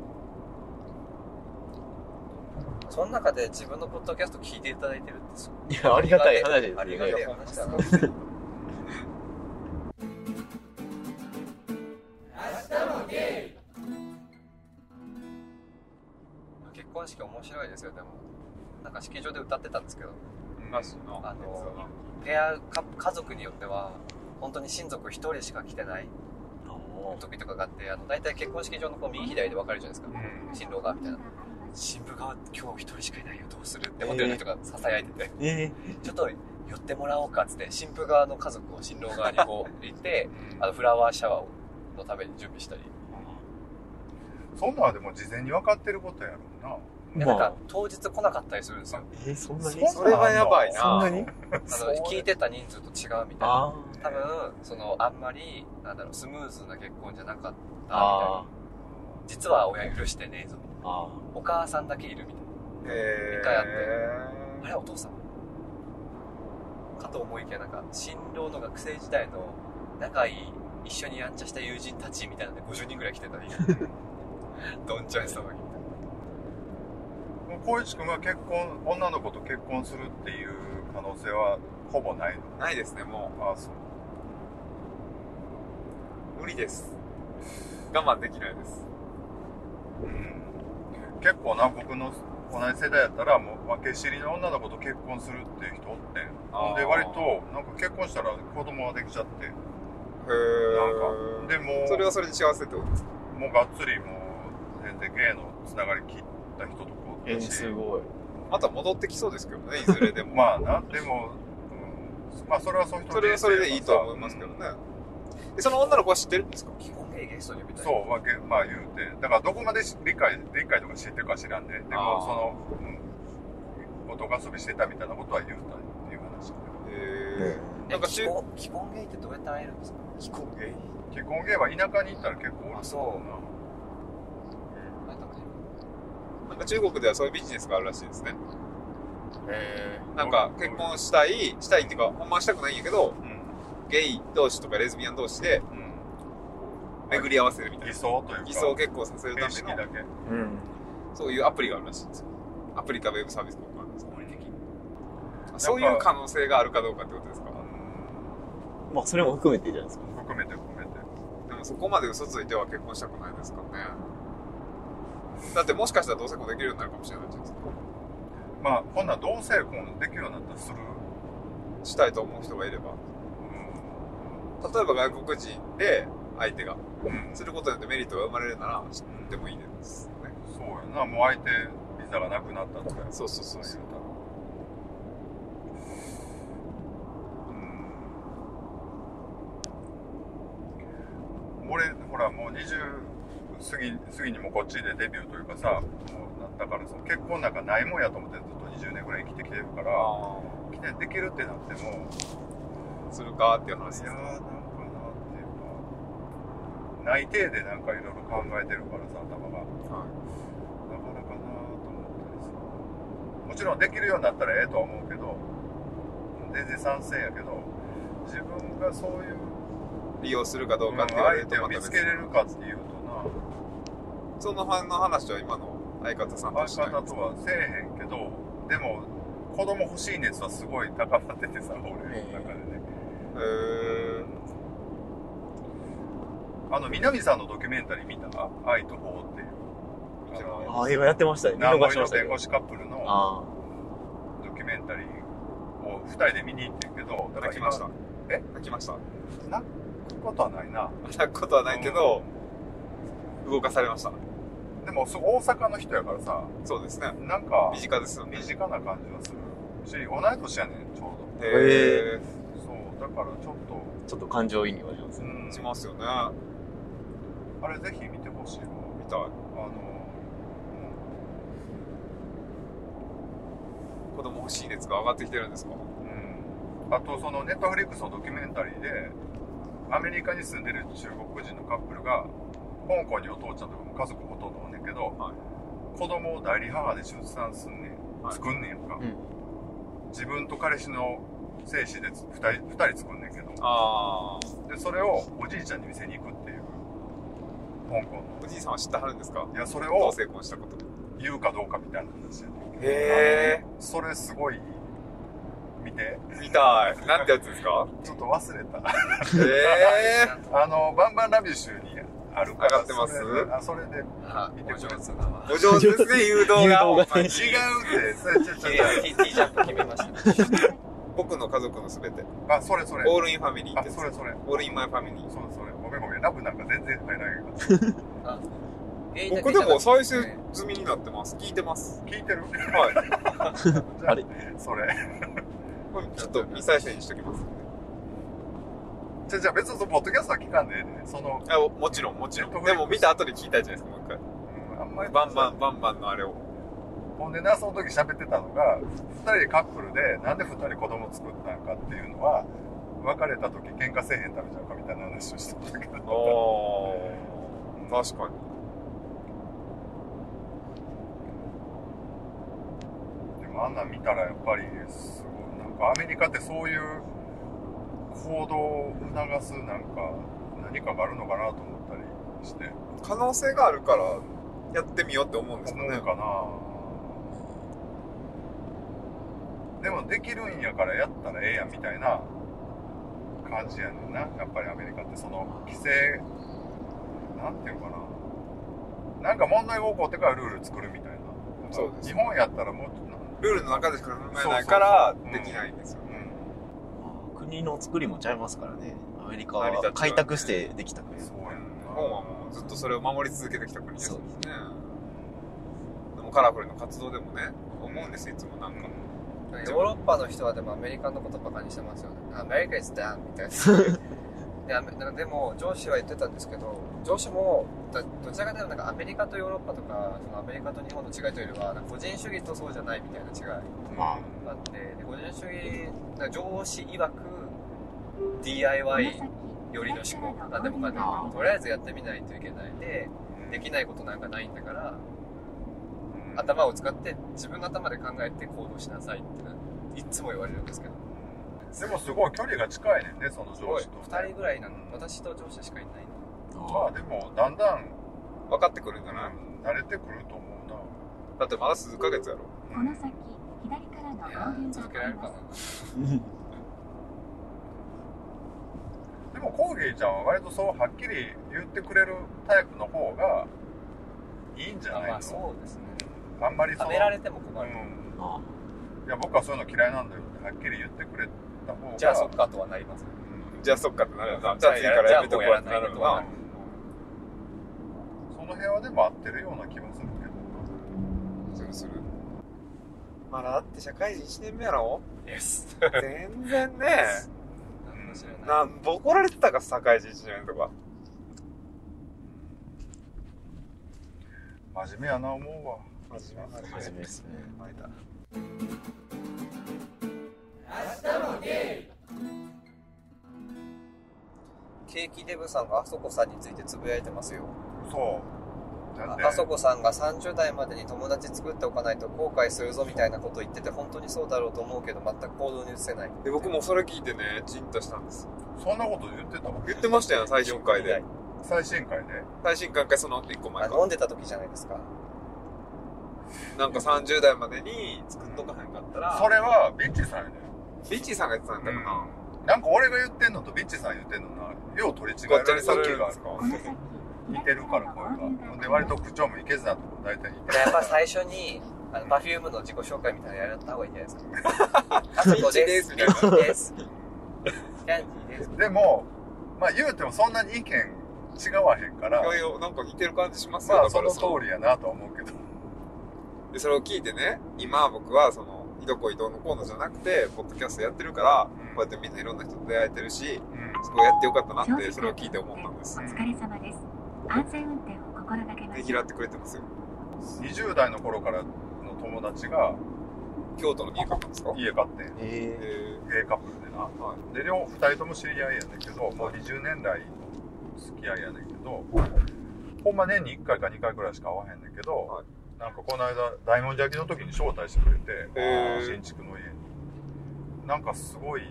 [SPEAKER 2] その中で自分のポッドキャスト聞いていただいてるってすご
[SPEAKER 6] いやありがたい話です
[SPEAKER 2] ありがたい
[SPEAKER 3] や
[SPEAKER 2] 話だな結婚式面白いですよでもなんか式場で歌ってたんですけど
[SPEAKER 3] らしいな。
[SPEAKER 2] あのペアか家族によっては本当に親族一人しか来てない時とかがあってあの大体結婚式場のこう右左で分かるじゃないですか、
[SPEAKER 1] うん
[SPEAKER 2] 新郎がみたいな新婦側今日一人しかいないよどうするってホテルの人がささやいてて、
[SPEAKER 6] え
[SPEAKER 2] ちょっと寄ってもらおうかっつって新婦側の家族を新郎側にこ う行って
[SPEAKER 1] うん
[SPEAKER 2] あのフラワーシャワーのために準備したり、
[SPEAKER 1] そんなんはでも事前に分かってることやろうな。
[SPEAKER 2] でなんか当日来なかったりするんです よ
[SPEAKER 6] えそんなに
[SPEAKER 1] そんな
[SPEAKER 3] それはやばいな。
[SPEAKER 6] そんなに
[SPEAKER 2] あの聞いてた人数と違うみたいな
[SPEAKER 6] あー
[SPEAKER 2] 多分そのあんまりなんだろうスムーズな結婚じゃなかったみたいな
[SPEAKER 6] あ
[SPEAKER 2] 実は親許してねえぞ
[SPEAKER 6] ーあ
[SPEAKER 2] お母さんだけいるみたいな
[SPEAKER 3] え
[SPEAKER 2] 一回あってあれお父さんかと思いきやなんか新郎の学生時代の仲いい一緒にやんちゃした友人たちみたいなので50人ぐらい来て たりどんちゃん騒ぎみたい
[SPEAKER 1] もう光一君が結婚、女の子と結婚するっていう可能性はほぼないの。
[SPEAKER 3] ないですね、も
[SPEAKER 1] ああ、そう。
[SPEAKER 3] う。無理です。我慢できないです。
[SPEAKER 1] うん。結構な、僕の同じ世代やったら、もう分け知りの女の子と結婚するっていう人おってん。ほんで割と、なんか結婚したら子供ができちゃって。
[SPEAKER 3] へー
[SPEAKER 1] なんかでも
[SPEAKER 3] それはそれで幸せってことですか
[SPEAKER 1] もうがっつりもう、全然芸のつながり切った人とかおったし。
[SPEAKER 6] ごい
[SPEAKER 3] また戻ってきそうですけどね、いずれ でも。
[SPEAKER 1] まあな、でも、うん、まあそれはそういう人
[SPEAKER 3] そ
[SPEAKER 1] の
[SPEAKER 3] れは
[SPEAKER 1] 人生
[SPEAKER 3] それでいいとは
[SPEAKER 1] や
[SPEAKER 3] 思いますけど
[SPEAKER 1] う
[SPEAKER 3] ね
[SPEAKER 1] ん。
[SPEAKER 3] でその女の子は知ってるんですか
[SPEAKER 2] な基本ゲイゲストにみたいな
[SPEAKER 1] そう、まあ、げまあ言うて。だからどこまでし理解、理解とか知ってるか知らんね。で
[SPEAKER 3] あ
[SPEAKER 1] も
[SPEAKER 3] ー
[SPEAKER 1] その、うん、男遊びしてたみたいなことは言うたっていう話だ
[SPEAKER 3] へ
[SPEAKER 2] う
[SPEAKER 3] ーなんか
[SPEAKER 2] 既
[SPEAKER 3] 中
[SPEAKER 2] 婚既婚ゲイってどうやって会えるんですか
[SPEAKER 3] 既婚ゲイ
[SPEAKER 1] けど。結婚芸は田舎に行ったら結構おる
[SPEAKER 2] あそ
[SPEAKER 1] な。
[SPEAKER 2] うなんかね
[SPEAKER 3] なんか中国ではそういうビジネスがあるらしいですね。
[SPEAKER 2] へ
[SPEAKER 3] なんか結婚したい、したいっていうか、ほんまはしたくないんやけど、
[SPEAKER 1] うん。
[SPEAKER 3] ゲイ同士とかレズビアン同士で
[SPEAKER 1] う
[SPEAKER 3] 巡り合わせるみた
[SPEAKER 1] ん。
[SPEAKER 3] い
[SPEAKER 1] 偽
[SPEAKER 3] な。
[SPEAKER 1] 装というか。
[SPEAKER 3] 偽装結婚させるた
[SPEAKER 1] 形式
[SPEAKER 3] めの、
[SPEAKER 1] だけ。
[SPEAKER 6] うん
[SPEAKER 3] そういうアプリがあるらしいんですよ。アプリかウェブサービスかわかんないですけどそういう可能性があるかどうかってことですか
[SPEAKER 6] まあそれも含めてじゃないですか
[SPEAKER 1] うん含めて含めて。
[SPEAKER 3] でもそこまで嘘ついては結婚したくないですからね。だってもしかしたら同性婚できるようになるかもしれないじゃないですか。
[SPEAKER 1] まあ、こんなん同性婚できるようになったらする。
[SPEAKER 3] したいと思う人がいれば。例えば外国人で相手が、
[SPEAKER 1] うん。うん。
[SPEAKER 3] することによってメリットが生まれるなら、知ってもいいですよね。
[SPEAKER 1] そうやな。もう相手、ビザがなくなったとか。
[SPEAKER 3] そうそうそうそう。
[SPEAKER 1] 俺ほらもう20過ぎ過ぎにもこっちでデビューというかさもうなったからその結婚なんかないもんやと思ってずっと20年ぐらい生きてきてるから
[SPEAKER 3] あ
[SPEAKER 1] 記念できるってなっても
[SPEAKER 3] あ、するかっていう話
[SPEAKER 1] い
[SPEAKER 3] で
[SPEAKER 1] やー
[SPEAKER 3] す
[SPEAKER 1] なん
[SPEAKER 3] ね。
[SPEAKER 1] かなっていうか内定でなんかいろいろ考えてるからさ頭が
[SPEAKER 3] は
[SPEAKER 1] なかなかなーと思ったりするもちろんできるようになったらええとは思うけど全然賛成やけど自分がそういう
[SPEAKER 3] い利用するかどうかって言われ
[SPEAKER 1] 相
[SPEAKER 3] る
[SPEAKER 1] 手
[SPEAKER 3] と
[SPEAKER 1] を
[SPEAKER 3] また
[SPEAKER 1] 見
[SPEAKER 3] 別
[SPEAKER 1] つ
[SPEAKER 3] に
[SPEAKER 1] けれるかっていうとな
[SPEAKER 3] その辺の話は今の相方さんとし
[SPEAKER 1] 相
[SPEAKER 3] たい
[SPEAKER 1] 方とはせえへんけどでも子供欲しい熱はすごい高まっててさ俺の中でね
[SPEAKER 3] へー
[SPEAKER 1] あの南さんのドキュメンタリー見た「愛と法」っていう
[SPEAKER 3] 見てない
[SPEAKER 1] あの
[SPEAKER 6] ああ今やってましたね見
[SPEAKER 1] 南
[SPEAKER 6] 逃
[SPEAKER 1] 米
[SPEAKER 6] しま
[SPEAKER 1] の
[SPEAKER 6] した
[SPEAKER 1] 弁
[SPEAKER 6] よ
[SPEAKER 1] 護士カップルの
[SPEAKER 6] あ
[SPEAKER 1] ドキュメンタリーを2人で見に行ってんけどだから
[SPEAKER 3] 泣きました。
[SPEAKER 1] え
[SPEAKER 3] 泣きました。
[SPEAKER 1] 泣くことはないな
[SPEAKER 3] 泣くことはないけど、動かされました。
[SPEAKER 1] でもそう大阪の人やからさ
[SPEAKER 3] そうですね。
[SPEAKER 1] なんか
[SPEAKER 3] 身近ですよね
[SPEAKER 1] 身。近な感じはするし同い年やねんちょう
[SPEAKER 3] へ
[SPEAKER 1] どそうだからちょっと
[SPEAKER 6] あちょっと感情移入はします
[SPEAKER 1] う
[SPEAKER 6] ね
[SPEAKER 1] ん
[SPEAKER 3] ーしますよね。
[SPEAKER 1] あれぜひ見てほしいわ
[SPEAKER 3] みたい。
[SPEAKER 1] あの、
[SPEAKER 3] 子供欲しい熱が上がってきてるんですか
[SPEAKER 1] うん、あとそのネットフリックスのドキュメンタリーでアメリカに住んでる中国人のカップルが香港にお父ちゃんとかも家族ほとんどおんねんけど、
[SPEAKER 3] は
[SPEAKER 1] 子供を代理母で出産すんねん、
[SPEAKER 3] はい
[SPEAKER 1] 作んねんやんか、
[SPEAKER 6] うん
[SPEAKER 1] 自分と彼氏の精子でつ二人二人作んねんけど
[SPEAKER 3] ああ。
[SPEAKER 1] でそれをおじいちゃんに見せに行くっていう香港の
[SPEAKER 3] おじいさんは知ってはるんですか
[SPEAKER 1] いやそれ
[SPEAKER 3] 同
[SPEAKER 1] を
[SPEAKER 3] 性婚したこと。
[SPEAKER 1] 言うかどうかみたいな話やねんけど
[SPEAKER 3] へ
[SPEAKER 1] それすごい見て
[SPEAKER 3] え。見たい。なんてやつですか
[SPEAKER 1] ちょっと忘れた
[SPEAKER 3] へえ。
[SPEAKER 1] あの、バンバンラビッシュにあるから。
[SPEAKER 3] 上がってます
[SPEAKER 1] それであ、それで。違うっ
[SPEAKER 2] あお上手だ な
[SPEAKER 3] お上手ですね、誘導が。
[SPEAKER 6] 誘導がね
[SPEAKER 3] ほんまに
[SPEAKER 1] て、それちょちょ
[SPEAKER 2] 綺
[SPEAKER 1] ち
[SPEAKER 2] 麗な T ジャンプ決めましたね
[SPEAKER 3] 僕の家族のすべて。
[SPEAKER 1] ょ。あ、それそれ。
[SPEAKER 3] オールインファミリーっ
[SPEAKER 1] あ、
[SPEAKER 3] てやつ
[SPEAKER 1] それそれ。
[SPEAKER 3] オールインマイファミリー。
[SPEAKER 1] そうそれ。ごめんごめん。ラブなんか全然入らないか
[SPEAKER 2] ゲイだけ
[SPEAKER 3] 僕
[SPEAKER 2] じ
[SPEAKER 3] で
[SPEAKER 2] ゃなくて
[SPEAKER 3] も再生済みに なってます。聞いてます。
[SPEAKER 1] ら。聞いてる
[SPEAKER 3] はい。
[SPEAKER 1] じゃ
[SPEAKER 6] あれ
[SPEAKER 1] それ。
[SPEAKER 3] これちょっと未再生にしときます。
[SPEAKER 1] じゃじゃあ別にそのポッドキャストは聞かんでええで、その、
[SPEAKER 3] あももちろん、もちろん。でも見た後で聞いたいじゃないですか、もう一回。
[SPEAKER 1] うんあんまり
[SPEAKER 3] バンバン、バンバンのあれを。
[SPEAKER 1] ほんでな、その時喋ってたのが、二人でカップルで、なんで二人子供作ったんかっていうのは、別れた時喧嘩せえへんためちゃうかみたいな話をしてたけど、
[SPEAKER 3] ああ、確かに。
[SPEAKER 1] でもあんなん見たらやっぱり、すごい、なんかアメリカってそういう行動を促すなんか、何かがあるのかなと思ったりして、
[SPEAKER 3] 可能性があるから、やってみようって思うんですか
[SPEAKER 1] 思
[SPEAKER 3] ね
[SPEAKER 1] う。かな。でもできるんやからやったらええやんみたいな感じやねんな。やっぱりアメリカってその規制、なんていうのかな。なんか問題が起こってからルール作るみたいな。
[SPEAKER 3] そうです
[SPEAKER 1] 日本やったらもうちょっとなん
[SPEAKER 3] ルールの中でしか考えないから
[SPEAKER 1] そうそう、そ
[SPEAKER 3] で
[SPEAKER 1] う
[SPEAKER 3] きないんですよね。
[SPEAKER 6] 国の作りもちゃいますからね。アメリカ
[SPEAKER 3] 成り立
[SPEAKER 6] は
[SPEAKER 3] ちはね
[SPEAKER 6] 開拓してできた国
[SPEAKER 1] うん、。そうやん
[SPEAKER 3] 日
[SPEAKER 1] な。
[SPEAKER 3] 本はもうずっとそれを守り続けてきた国ですもんね。でもカラフルの活動でもね、思うんですよ、いつもなんか。
[SPEAKER 2] ヨーロッパの人はでもアメリカのことバカにしてますよね。アメリカ is done みたいな。でアメなんかでも上司は言ってたんですけど、上司もだどちらかというとなんかアメリカとヨーロッパとか、そのアメリカと日本の違いというよりは、なんか個人主義とそうじゃないみたいな違い
[SPEAKER 1] ま
[SPEAKER 2] があって、で個人主義、なんか上司曰く DIY よりの思考、なんでもかんでも、とりあえずやってみないといけないで、
[SPEAKER 1] あ、
[SPEAKER 2] できないことなんかないんだから、
[SPEAKER 1] うん
[SPEAKER 2] 頭を使って自分の頭で考えて行動しなさいっていつも言われるんですけど
[SPEAKER 1] でもすごい距離が近いねんね、その
[SPEAKER 2] すご
[SPEAKER 1] 上
[SPEAKER 2] い
[SPEAKER 1] 司と。
[SPEAKER 2] 2人ぐらいなの私と上司しかいない
[SPEAKER 1] まあでも、だんだん、
[SPEAKER 3] 分かってくるんじゃない
[SPEAKER 1] 慣れてくると思うな。
[SPEAKER 3] だってまだ数ヶ月やろ。
[SPEAKER 5] この先、左から
[SPEAKER 2] い
[SPEAKER 5] の
[SPEAKER 2] や
[SPEAKER 5] 合流が
[SPEAKER 2] 続けら
[SPEAKER 5] あ
[SPEAKER 2] れ
[SPEAKER 5] り
[SPEAKER 2] るか
[SPEAKER 5] ま
[SPEAKER 2] な
[SPEAKER 5] す。
[SPEAKER 1] でもコーギーちゃんは割とそうはっきり言ってくれるタイプの方がいいんじゃ
[SPEAKER 2] あ
[SPEAKER 1] ないの
[SPEAKER 2] まあそうですね
[SPEAKER 1] あんまりそ
[SPEAKER 2] 食
[SPEAKER 1] の
[SPEAKER 2] べられても困る、
[SPEAKER 1] う
[SPEAKER 6] あ
[SPEAKER 1] ん、いや僕はそういうの嫌いなんだよってはっきり言ってくれた方が
[SPEAKER 2] じゃあそっかとはなります
[SPEAKER 1] うん
[SPEAKER 3] じゃあそっかってなるよな。
[SPEAKER 2] じ
[SPEAKER 3] じ
[SPEAKER 2] ゃ
[SPEAKER 3] ゃ
[SPEAKER 2] あ
[SPEAKER 3] あ次からやめとこうってな
[SPEAKER 2] じゃあも
[SPEAKER 3] るよ
[SPEAKER 2] うやらな
[SPEAKER 3] な。
[SPEAKER 2] い
[SPEAKER 1] その辺はでも合ってるような気もするけど
[SPEAKER 3] するする。まだだって社会人1年目やろ
[SPEAKER 2] Yes
[SPEAKER 3] 全然 ね。
[SPEAKER 2] 何も知らない
[SPEAKER 3] なんぼ怒られてたか、社会人1年とか。
[SPEAKER 1] 真面目やな思うわ
[SPEAKER 3] 真面目
[SPEAKER 6] あ、真面目ですね。
[SPEAKER 3] 前だ。
[SPEAKER 2] ケーキデブさんがあそこさんについてつぶやいてますよ
[SPEAKER 1] そうなんで
[SPEAKER 2] あそこさんが30代までに友達作っておかないと後悔するぞみたいなこと言ってて本当にそうだろうと思うけど全く行動に移せない
[SPEAKER 3] で、僕もそれ聞いてね、チンとしたんです。
[SPEAKER 1] そんなこと言ってたわ
[SPEAKER 3] 言ってましたよ、最新回で。
[SPEAKER 1] 最新回で
[SPEAKER 3] 最新回かその1個前
[SPEAKER 2] あ
[SPEAKER 3] か。
[SPEAKER 2] 飲んでた時じゃないですか
[SPEAKER 3] なんか30代までに作っとかへんかったら、
[SPEAKER 1] それはビッチさんやね
[SPEAKER 3] ビッチーさんが言ってたんだよな。
[SPEAKER 1] なんか俺が言ってんのとビッチさん言ってんのなよう取り違え
[SPEAKER 3] ご
[SPEAKER 1] ら
[SPEAKER 3] っちゃに
[SPEAKER 1] れ
[SPEAKER 3] さ
[SPEAKER 1] る
[SPEAKER 3] れ
[SPEAKER 1] 時
[SPEAKER 3] るん
[SPEAKER 1] がある
[SPEAKER 3] ですか
[SPEAKER 5] この先、
[SPEAKER 1] 似てるから声が。ほんで割と口調もいけずなとこ大体似てる。
[SPEAKER 2] やっぱ最初に、あの、パフュームの自己紹介みたいなのやった方がいいんじゃないですか。あそこです。
[SPEAKER 3] ビ
[SPEAKER 2] ビ
[SPEAKER 3] ー
[SPEAKER 2] ーチです。キャンディーです。
[SPEAKER 1] でも、まあ言うてもそんなに意見違わへんから、
[SPEAKER 3] いやいや、なんか似てる感じしますよ。
[SPEAKER 1] まあ
[SPEAKER 3] だか
[SPEAKER 1] そ
[SPEAKER 3] ら
[SPEAKER 1] の通りやなとは思うけど。
[SPEAKER 3] で、それを聞いてね、今は僕はその、いどこいどうのこうのじゃなくて、ポッドキャストやってるから、こうやってみんないろんな人と出会えてるし、
[SPEAKER 1] うん。
[SPEAKER 3] そこやってよかったなって、それを聞いて思ったんです
[SPEAKER 5] お。疲れ様です。安全運転を心がけま
[SPEAKER 3] ね
[SPEAKER 5] し
[SPEAKER 3] ぎ
[SPEAKER 5] ょ
[SPEAKER 3] ら
[SPEAKER 5] う
[SPEAKER 3] っ。てくれてますよ。
[SPEAKER 1] 20代の頃からの友達が
[SPEAKER 3] 京都の家買ったんですか
[SPEAKER 1] 家買ってん、
[SPEAKER 6] ええ
[SPEAKER 3] え
[SPEAKER 1] ゲイカップルでな。
[SPEAKER 3] は
[SPEAKER 1] で、両方2人とも知り合いやねんけど、もう20年来の付き合いやねんけど、ほんま年に1回か2回くらいしか会わへんねんけど、
[SPEAKER 3] はい
[SPEAKER 1] なんかこの間大文字焼きの時に招待してくれて、
[SPEAKER 3] へー
[SPEAKER 1] 新築の家になんかすごいね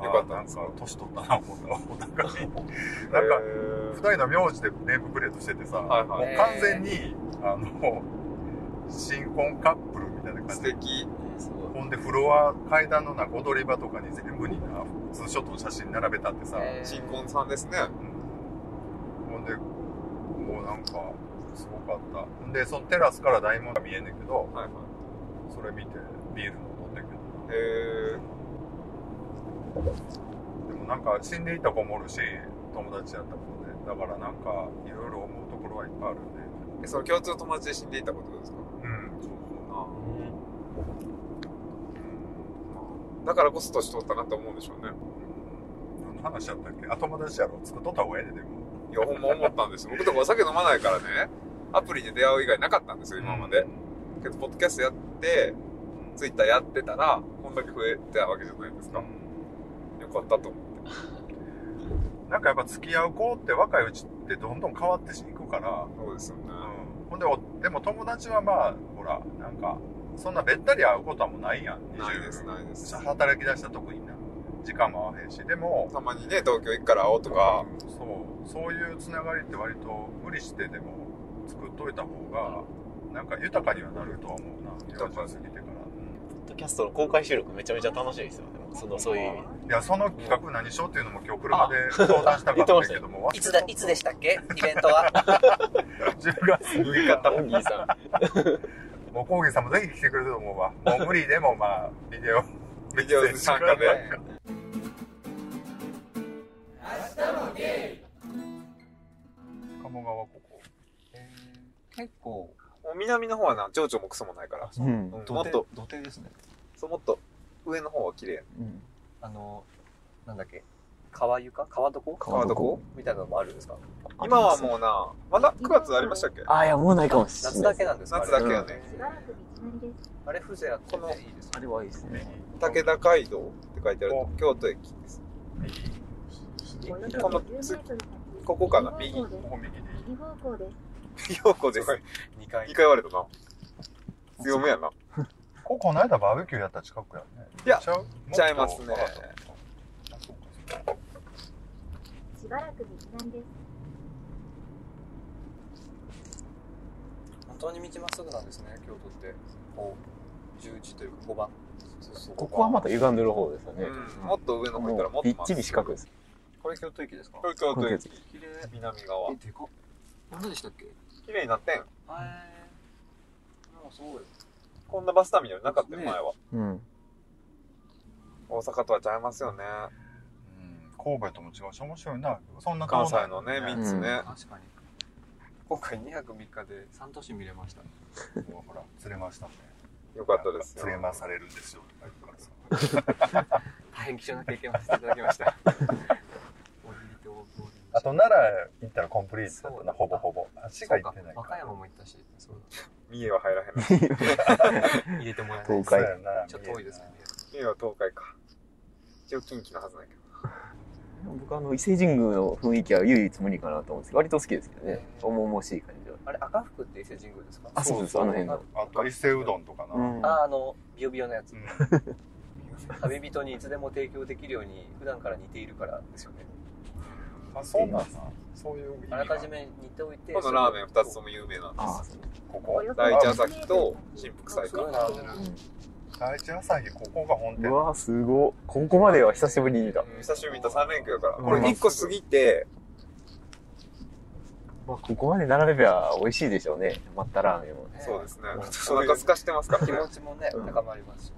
[SPEAKER 1] あー
[SPEAKER 3] よかったんですか
[SPEAKER 1] なんか年取ったな思ったわ お互い
[SPEAKER 3] い。
[SPEAKER 1] なんか
[SPEAKER 3] え
[SPEAKER 1] 2人の名字でネームプレートしててさ、
[SPEAKER 3] ーはい
[SPEAKER 1] も
[SPEAKER 3] は。
[SPEAKER 1] う完全にあの新婚カップルみたいない感
[SPEAKER 3] 素
[SPEAKER 1] じで
[SPEAKER 3] 敵。
[SPEAKER 6] すごい。
[SPEAKER 1] ほんでフロア階段の中踊り場とかに全部になツーショットの写真並べたってさ、
[SPEAKER 3] 新婚さんですね。
[SPEAKER 1] うんほんでもうなんかすごかったほんでそのテラスから大門が見えんねんけど
[SPEAKER 3] はいはい。
[SPEAKER 1] それ見てビールも飲んだけど
[SPEAKER 3] え
[SPEAKER 1] でもなんか死んでいた子もおるし友達やった子でだからなんかいろいろ思うところはいっぱいある
[SPEAKER 3] ーえ、その共通の友達で死んでいたことですか
[SPEAKER 1] ねうんそうそうな
[SPEAKER 3] あ
[SPEAKER 1] うん
[SPEAKER 3] だからこそ年取ったなと思うんでしょうね。
[SPEAKER 1] 何の話やったっけあ、友達やろ。作っとった方がええで、でも。
[SPEAKER 3] いや、ほんま思ったんですよ。僕とかお酒飲まないからね、アプリで出会う以外なかったんですよ、今まで。けど、ポッドキャストやって、ツイッターやってたら、こんだけ増えてたわけじゃないですか。よかったと思って。
[SPEAKER 1] なんかやっぱ付き合う子って若いうちってどんどん変わっていくから、
[SPEAKER 3] そうですよね。
[SPEAKER 1] うん、ほんでおでも友達はまあほらなんかそんなべったり会うことはもうないやん
[SPEAKER 3] ないです、ないで
[SPEAKER 1] 20
[SPEAKER 3] す。
[SPEAKER 1] 働き出した特にな時間も合わへんしでも
[SPEAKER 3] たまにね、東京行くから会おうとか、
[SPEAKER 1] そうそういうつながりって割と無理してでも作っといた方がなんか豊かにはなるとは思うな
[SPEAKER 3] 豊か
[SPEAKER 1] 40過ぎてから、
[SPEAKER 6] ポッドキャストの公開収録めちゃめちゃ楽しいですよ。でもそのそういう意味で。
[SPEAKER 1] いやその企画何しようっていうのも今日車で相談したかったんやけども
[SPEAKER 9] いつだ、いつでしたっけイベントは。
[SPEAKER 1] 10月6日
[SPEAKER 6] あオンギーさん。
[SPEAKER 1] もうコーギーさんもぜひ来てくれると思うわもう無理でもまあビデオ
[SPEAKER 3] ビデオ参加で。
[SPEAKER 1] 鴨川ここ
[SPEAKER 2] 結構、
[SPEAKER 3] もう南の方はな、情緒もクソもないから。
[SPEAKER 6] うん
[SPEAKER 3] うんも
[SPEAKER 7] 土
[SPEAKER 3] っ
[SPEAKER 7] 手
[SPEAKER 3] と、
[SPEAKER 7] 土手ですね。
[SPEAKER 3] そうもっと上の方は綺麗。
[SPEAKER 6] うん。
[SPEAKER 2] あの、なんだっけ、川床川床
[SPEAKER 6] 川床
[SPEAKER 2] みたいなのもあるんですか
[SPEAKER 3] 今はもうな、まだ9月ありましたっけ
[SPEAKER 6] あ、いや、もうないかもしれない。
[SPEAKER 2] 夏だけなんですか
[SPEAKER 3] 夏だ
[SPEAKER 2] あ
[SPEAKER 3] け
[SPEAKER 2] れ
[SPEAKER 3] やね。
[SPEAKER 5] しばらく道のりです。
[SPEAKER 2] あれ、風情あって
[SPEAKER 3] この
[SPEAKER 2] いいです
[SPEAKER 6] あれはいいですね。
[SPEAKER 3] 武田街道って書いてある京都駅です。
[SPEAKER 5] およそ
[SPEAKER 3] この
[SPEAKER 5] 50メ
[SPEAKER 3] つ
[SPEAKER 5] ートル先
[SPEAKER 3] ここかな右
[SPEAKER 5] 右方向
[SPEAKER 1] こ
[SPEAKER 5] です
[SPEAKER 1] こ右でいい
[SPEAKER 5] 右方向です。
[SPEAKER 3] 陽子です。
[SPEAKER 2] 2回
[SPEAKER 3] 2回言われたな。強めやな。
[SPEAKER 1] こここの間バーベキューやった近くやね
[SPEAKER 3] いや
[SPEAKER 1] ちゃう
[SPEAKER 3] ちゃいますね
[SPEAKER 1] もっとあそうかそうか
[SPEAKER 5] しばらく右南です。
[SPEAKER 2] 本当に道まっすぐなんですね、京都って。こう、十字というか5番。そうそう
[SPEAKER 6] ここはまた歪んでる方ですよ
[SPEAKER 3] う
[SPEAKER 6] ね。
[SPEAKER 3] ん、もっと上の方行ったらも
[SPEAKER 6] もう
[SPEAKER 3] っと
[SPEAKER 6] びっちり四角です。
[SPEAKER 2] これ京都駅ですか
[SPEAKER 3] これ京都駅。
[SPEAKER 7] 綺麗。
[SPEAKER 3] 南側
[SPEAKER 7] え、。でかっ。何でしたっけ
[SPEAKER 3] 綺麗になってん。
[SPEAKER 7] えー。なんかすごい。
[SPEAKER 3] こんなバスターミナルなかったよ、
[SPEAKER 7] ね
[SPEAKER 3] 前は。
[SPEAKER 6] うん。
[SPEAKER 3] 大阪とはちゃいますよね。
[SPEAKER 1] うん神戸とも違うし面白いなそんな
[SPEAKER 3] 関
[SPEAKER 1] 顔な
[SPEAKER 3] 西
[SPEAKER 1] い
[SPEAKER 3] のね、3つね。
[SPEAKER 7] 確かに。
[SPEAKER 2] 今回2泊3日で3都市見れました。
[SPEAKER 1] もうほら釣れましたね
[SPEAKER 3] よかったです
[SPEAKER 1] 釣れ
[SPEAKER 3] よ。
[SPEAKER 1] まされるんですよとか言うからさ
[SPEAKER 2] 大変貴重な経験をさせていただきました。おじりと大通り
[SPEAKER 1] あと奈良行ったらコンプリートだったな
[SPEAKER 2] そ
[SPEAKER 1] ほ
[SPEAKER 2] うだ
[SPEAKER 1] ぼほぼ足が行ってない
[SPEAKER 2] そうか和歌山も行ったし、そう
[SPEAKER 3] 三重は入ら へんな。
[SPEAKER 2] だ入れてもらえない
[SPEAKER 6] 東
[SPEAKER 1] そう
[SPEAKER 6] 海。
[SPEAKER 1] やな
[SPEAKER 2] ちょっと遠いですね。
[SPEAKER 3] 三重は東海か。一応近畿のはずなんやけど。
[SPEAKER 6] 僕あの、伊勢神宮の雰囲気は唯一無二かなと思うんですけど、割と好きですけどね。重々しい感じは。
[SPEAKER 2] あれ、赤福って伊勢神宮ですか
[SPEAKER 6] あ、そうです、あの辺の。
[SPEAKER 1] あと伊勢うどんとかな、
[SPEAKER 6] うん。
[SPEAKER 2] あ、あの、ビヨビヨのやつ
[SPEAKER 1] う。ん
[SPEAKER 2] 旅人にいつでも提供できるように、普段から似ているからですよね。
[SPEAKER 1] あそうなんだそういう意味
[SPEAKER 2] あ
[SPEAKER 1] が
[SPEAKER 2] らかじめ煮ておいて。
[SPEAKER 3] このラーメン2つとも有名なんで
[SPEAKER 6] あ
[SPEAKER 3] す。、
[SPEAKER 1] こ
[SPEAKER 5] お
[SPEAKER 1] こ
[SPEAKER 5] よそ
[SPEAKER 3] 第一
[SPEAKER 5] 50
[SPEAKER 3] 朝日と新福
[SPEAKER 2] そう
[SPEAKER 3] 祭
[SPEAKER 2] すごい
[SPEAKER 3] か。
[SPEAKER 2] 並んでる。
[SPEAKER 1] 第一朝日ここが本
[SPEAKER 6] う
[SPEAKER 1] 店
[SPEAKER 6] ん。うわすごい。ここまでは久しぶりに見た。
[SPEAKER 3] 久しぶりに見た3連休やから。
[SPEAKER 6] うん
[SPEAKER 3] これ1個過ぎて、
[SPEAKER 6] まあ、ここまで並べば美味しいでしょうね。まったラーメンも。
[SPEAKER 3] そうですね。
[SPEAKER 6] うん
[SPEAKER 3] お腹空かしてます から
[SPEAKER 2] 気
[SPEAKER 3] ね。
[SPEAKER 2] 持ちもね、
[SPEAKER 6] うん
[SPEAKER 2] 高まりますし。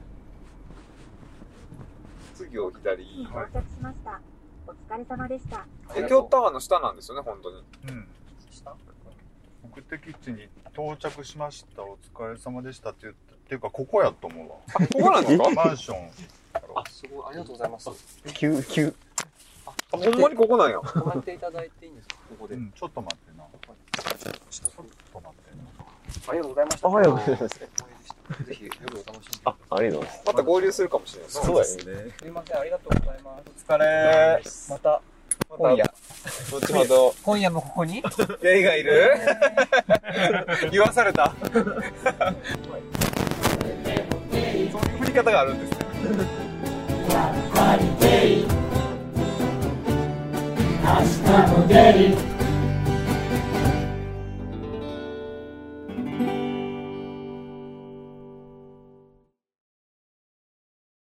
[SPEAKER 3] 次を左。
[SPEAKER 5] 到着しました。お疲れ様でした。
[SPEAKER 3] で、京都タワーの下なんですよね、本当に。
[SPEAKER 1] うん
[SPEAKER 2] 下
[SPEAKER 1] 目的地に到着しましたお疲れ様でしたって言ってっていうかここやと思うわ
[SPEAKER 3] あ、ここなんですか
[SPEAKER 1] マンション
[SPEAKER 2] あ、すごい、ありがとうございます。
[SPEAKER 6] 急、急。
[SPEAKER 3] あ、ほんまにここなんや。
[SPEAKER 2] 止まっていただいていいんですかここ
[SPEAKER 1] う
[SPEAKER 2] で。
[SPEAKER 1] んちょっと待ってなち
[SPEAKER 2] 下
[SPEAKER 1] ょ
[SPEAKER 2] あり
[SPEAKER 1] っと待ってな
[SPEAKER 2] がとうございました。
[SPEAKER 6] あありがとうござい
[SPEAKER 2] 光栄
[SPEAKER 6] ます
[SPEAKER 2] でしたぜひ夜を楽しんで。
[SPEAKER 6] あ、ありがとうございます。
[SPEAKER 3] また合流するかもしれない。
[SPEAKER 6] そうですね。
[SPEAKER 2] すみません、ありがとうございます。
[SPEAKER 3] お疲れ
[SPEAKER 2] また、
[SPEAKER 3] また、。後ほど。
[SPEAKER 2] 今夜もここに
[SPEAKER 3] レイがい る言わされた。そういう振り方があるんですね。
[SPEAKER 10] 明日も出る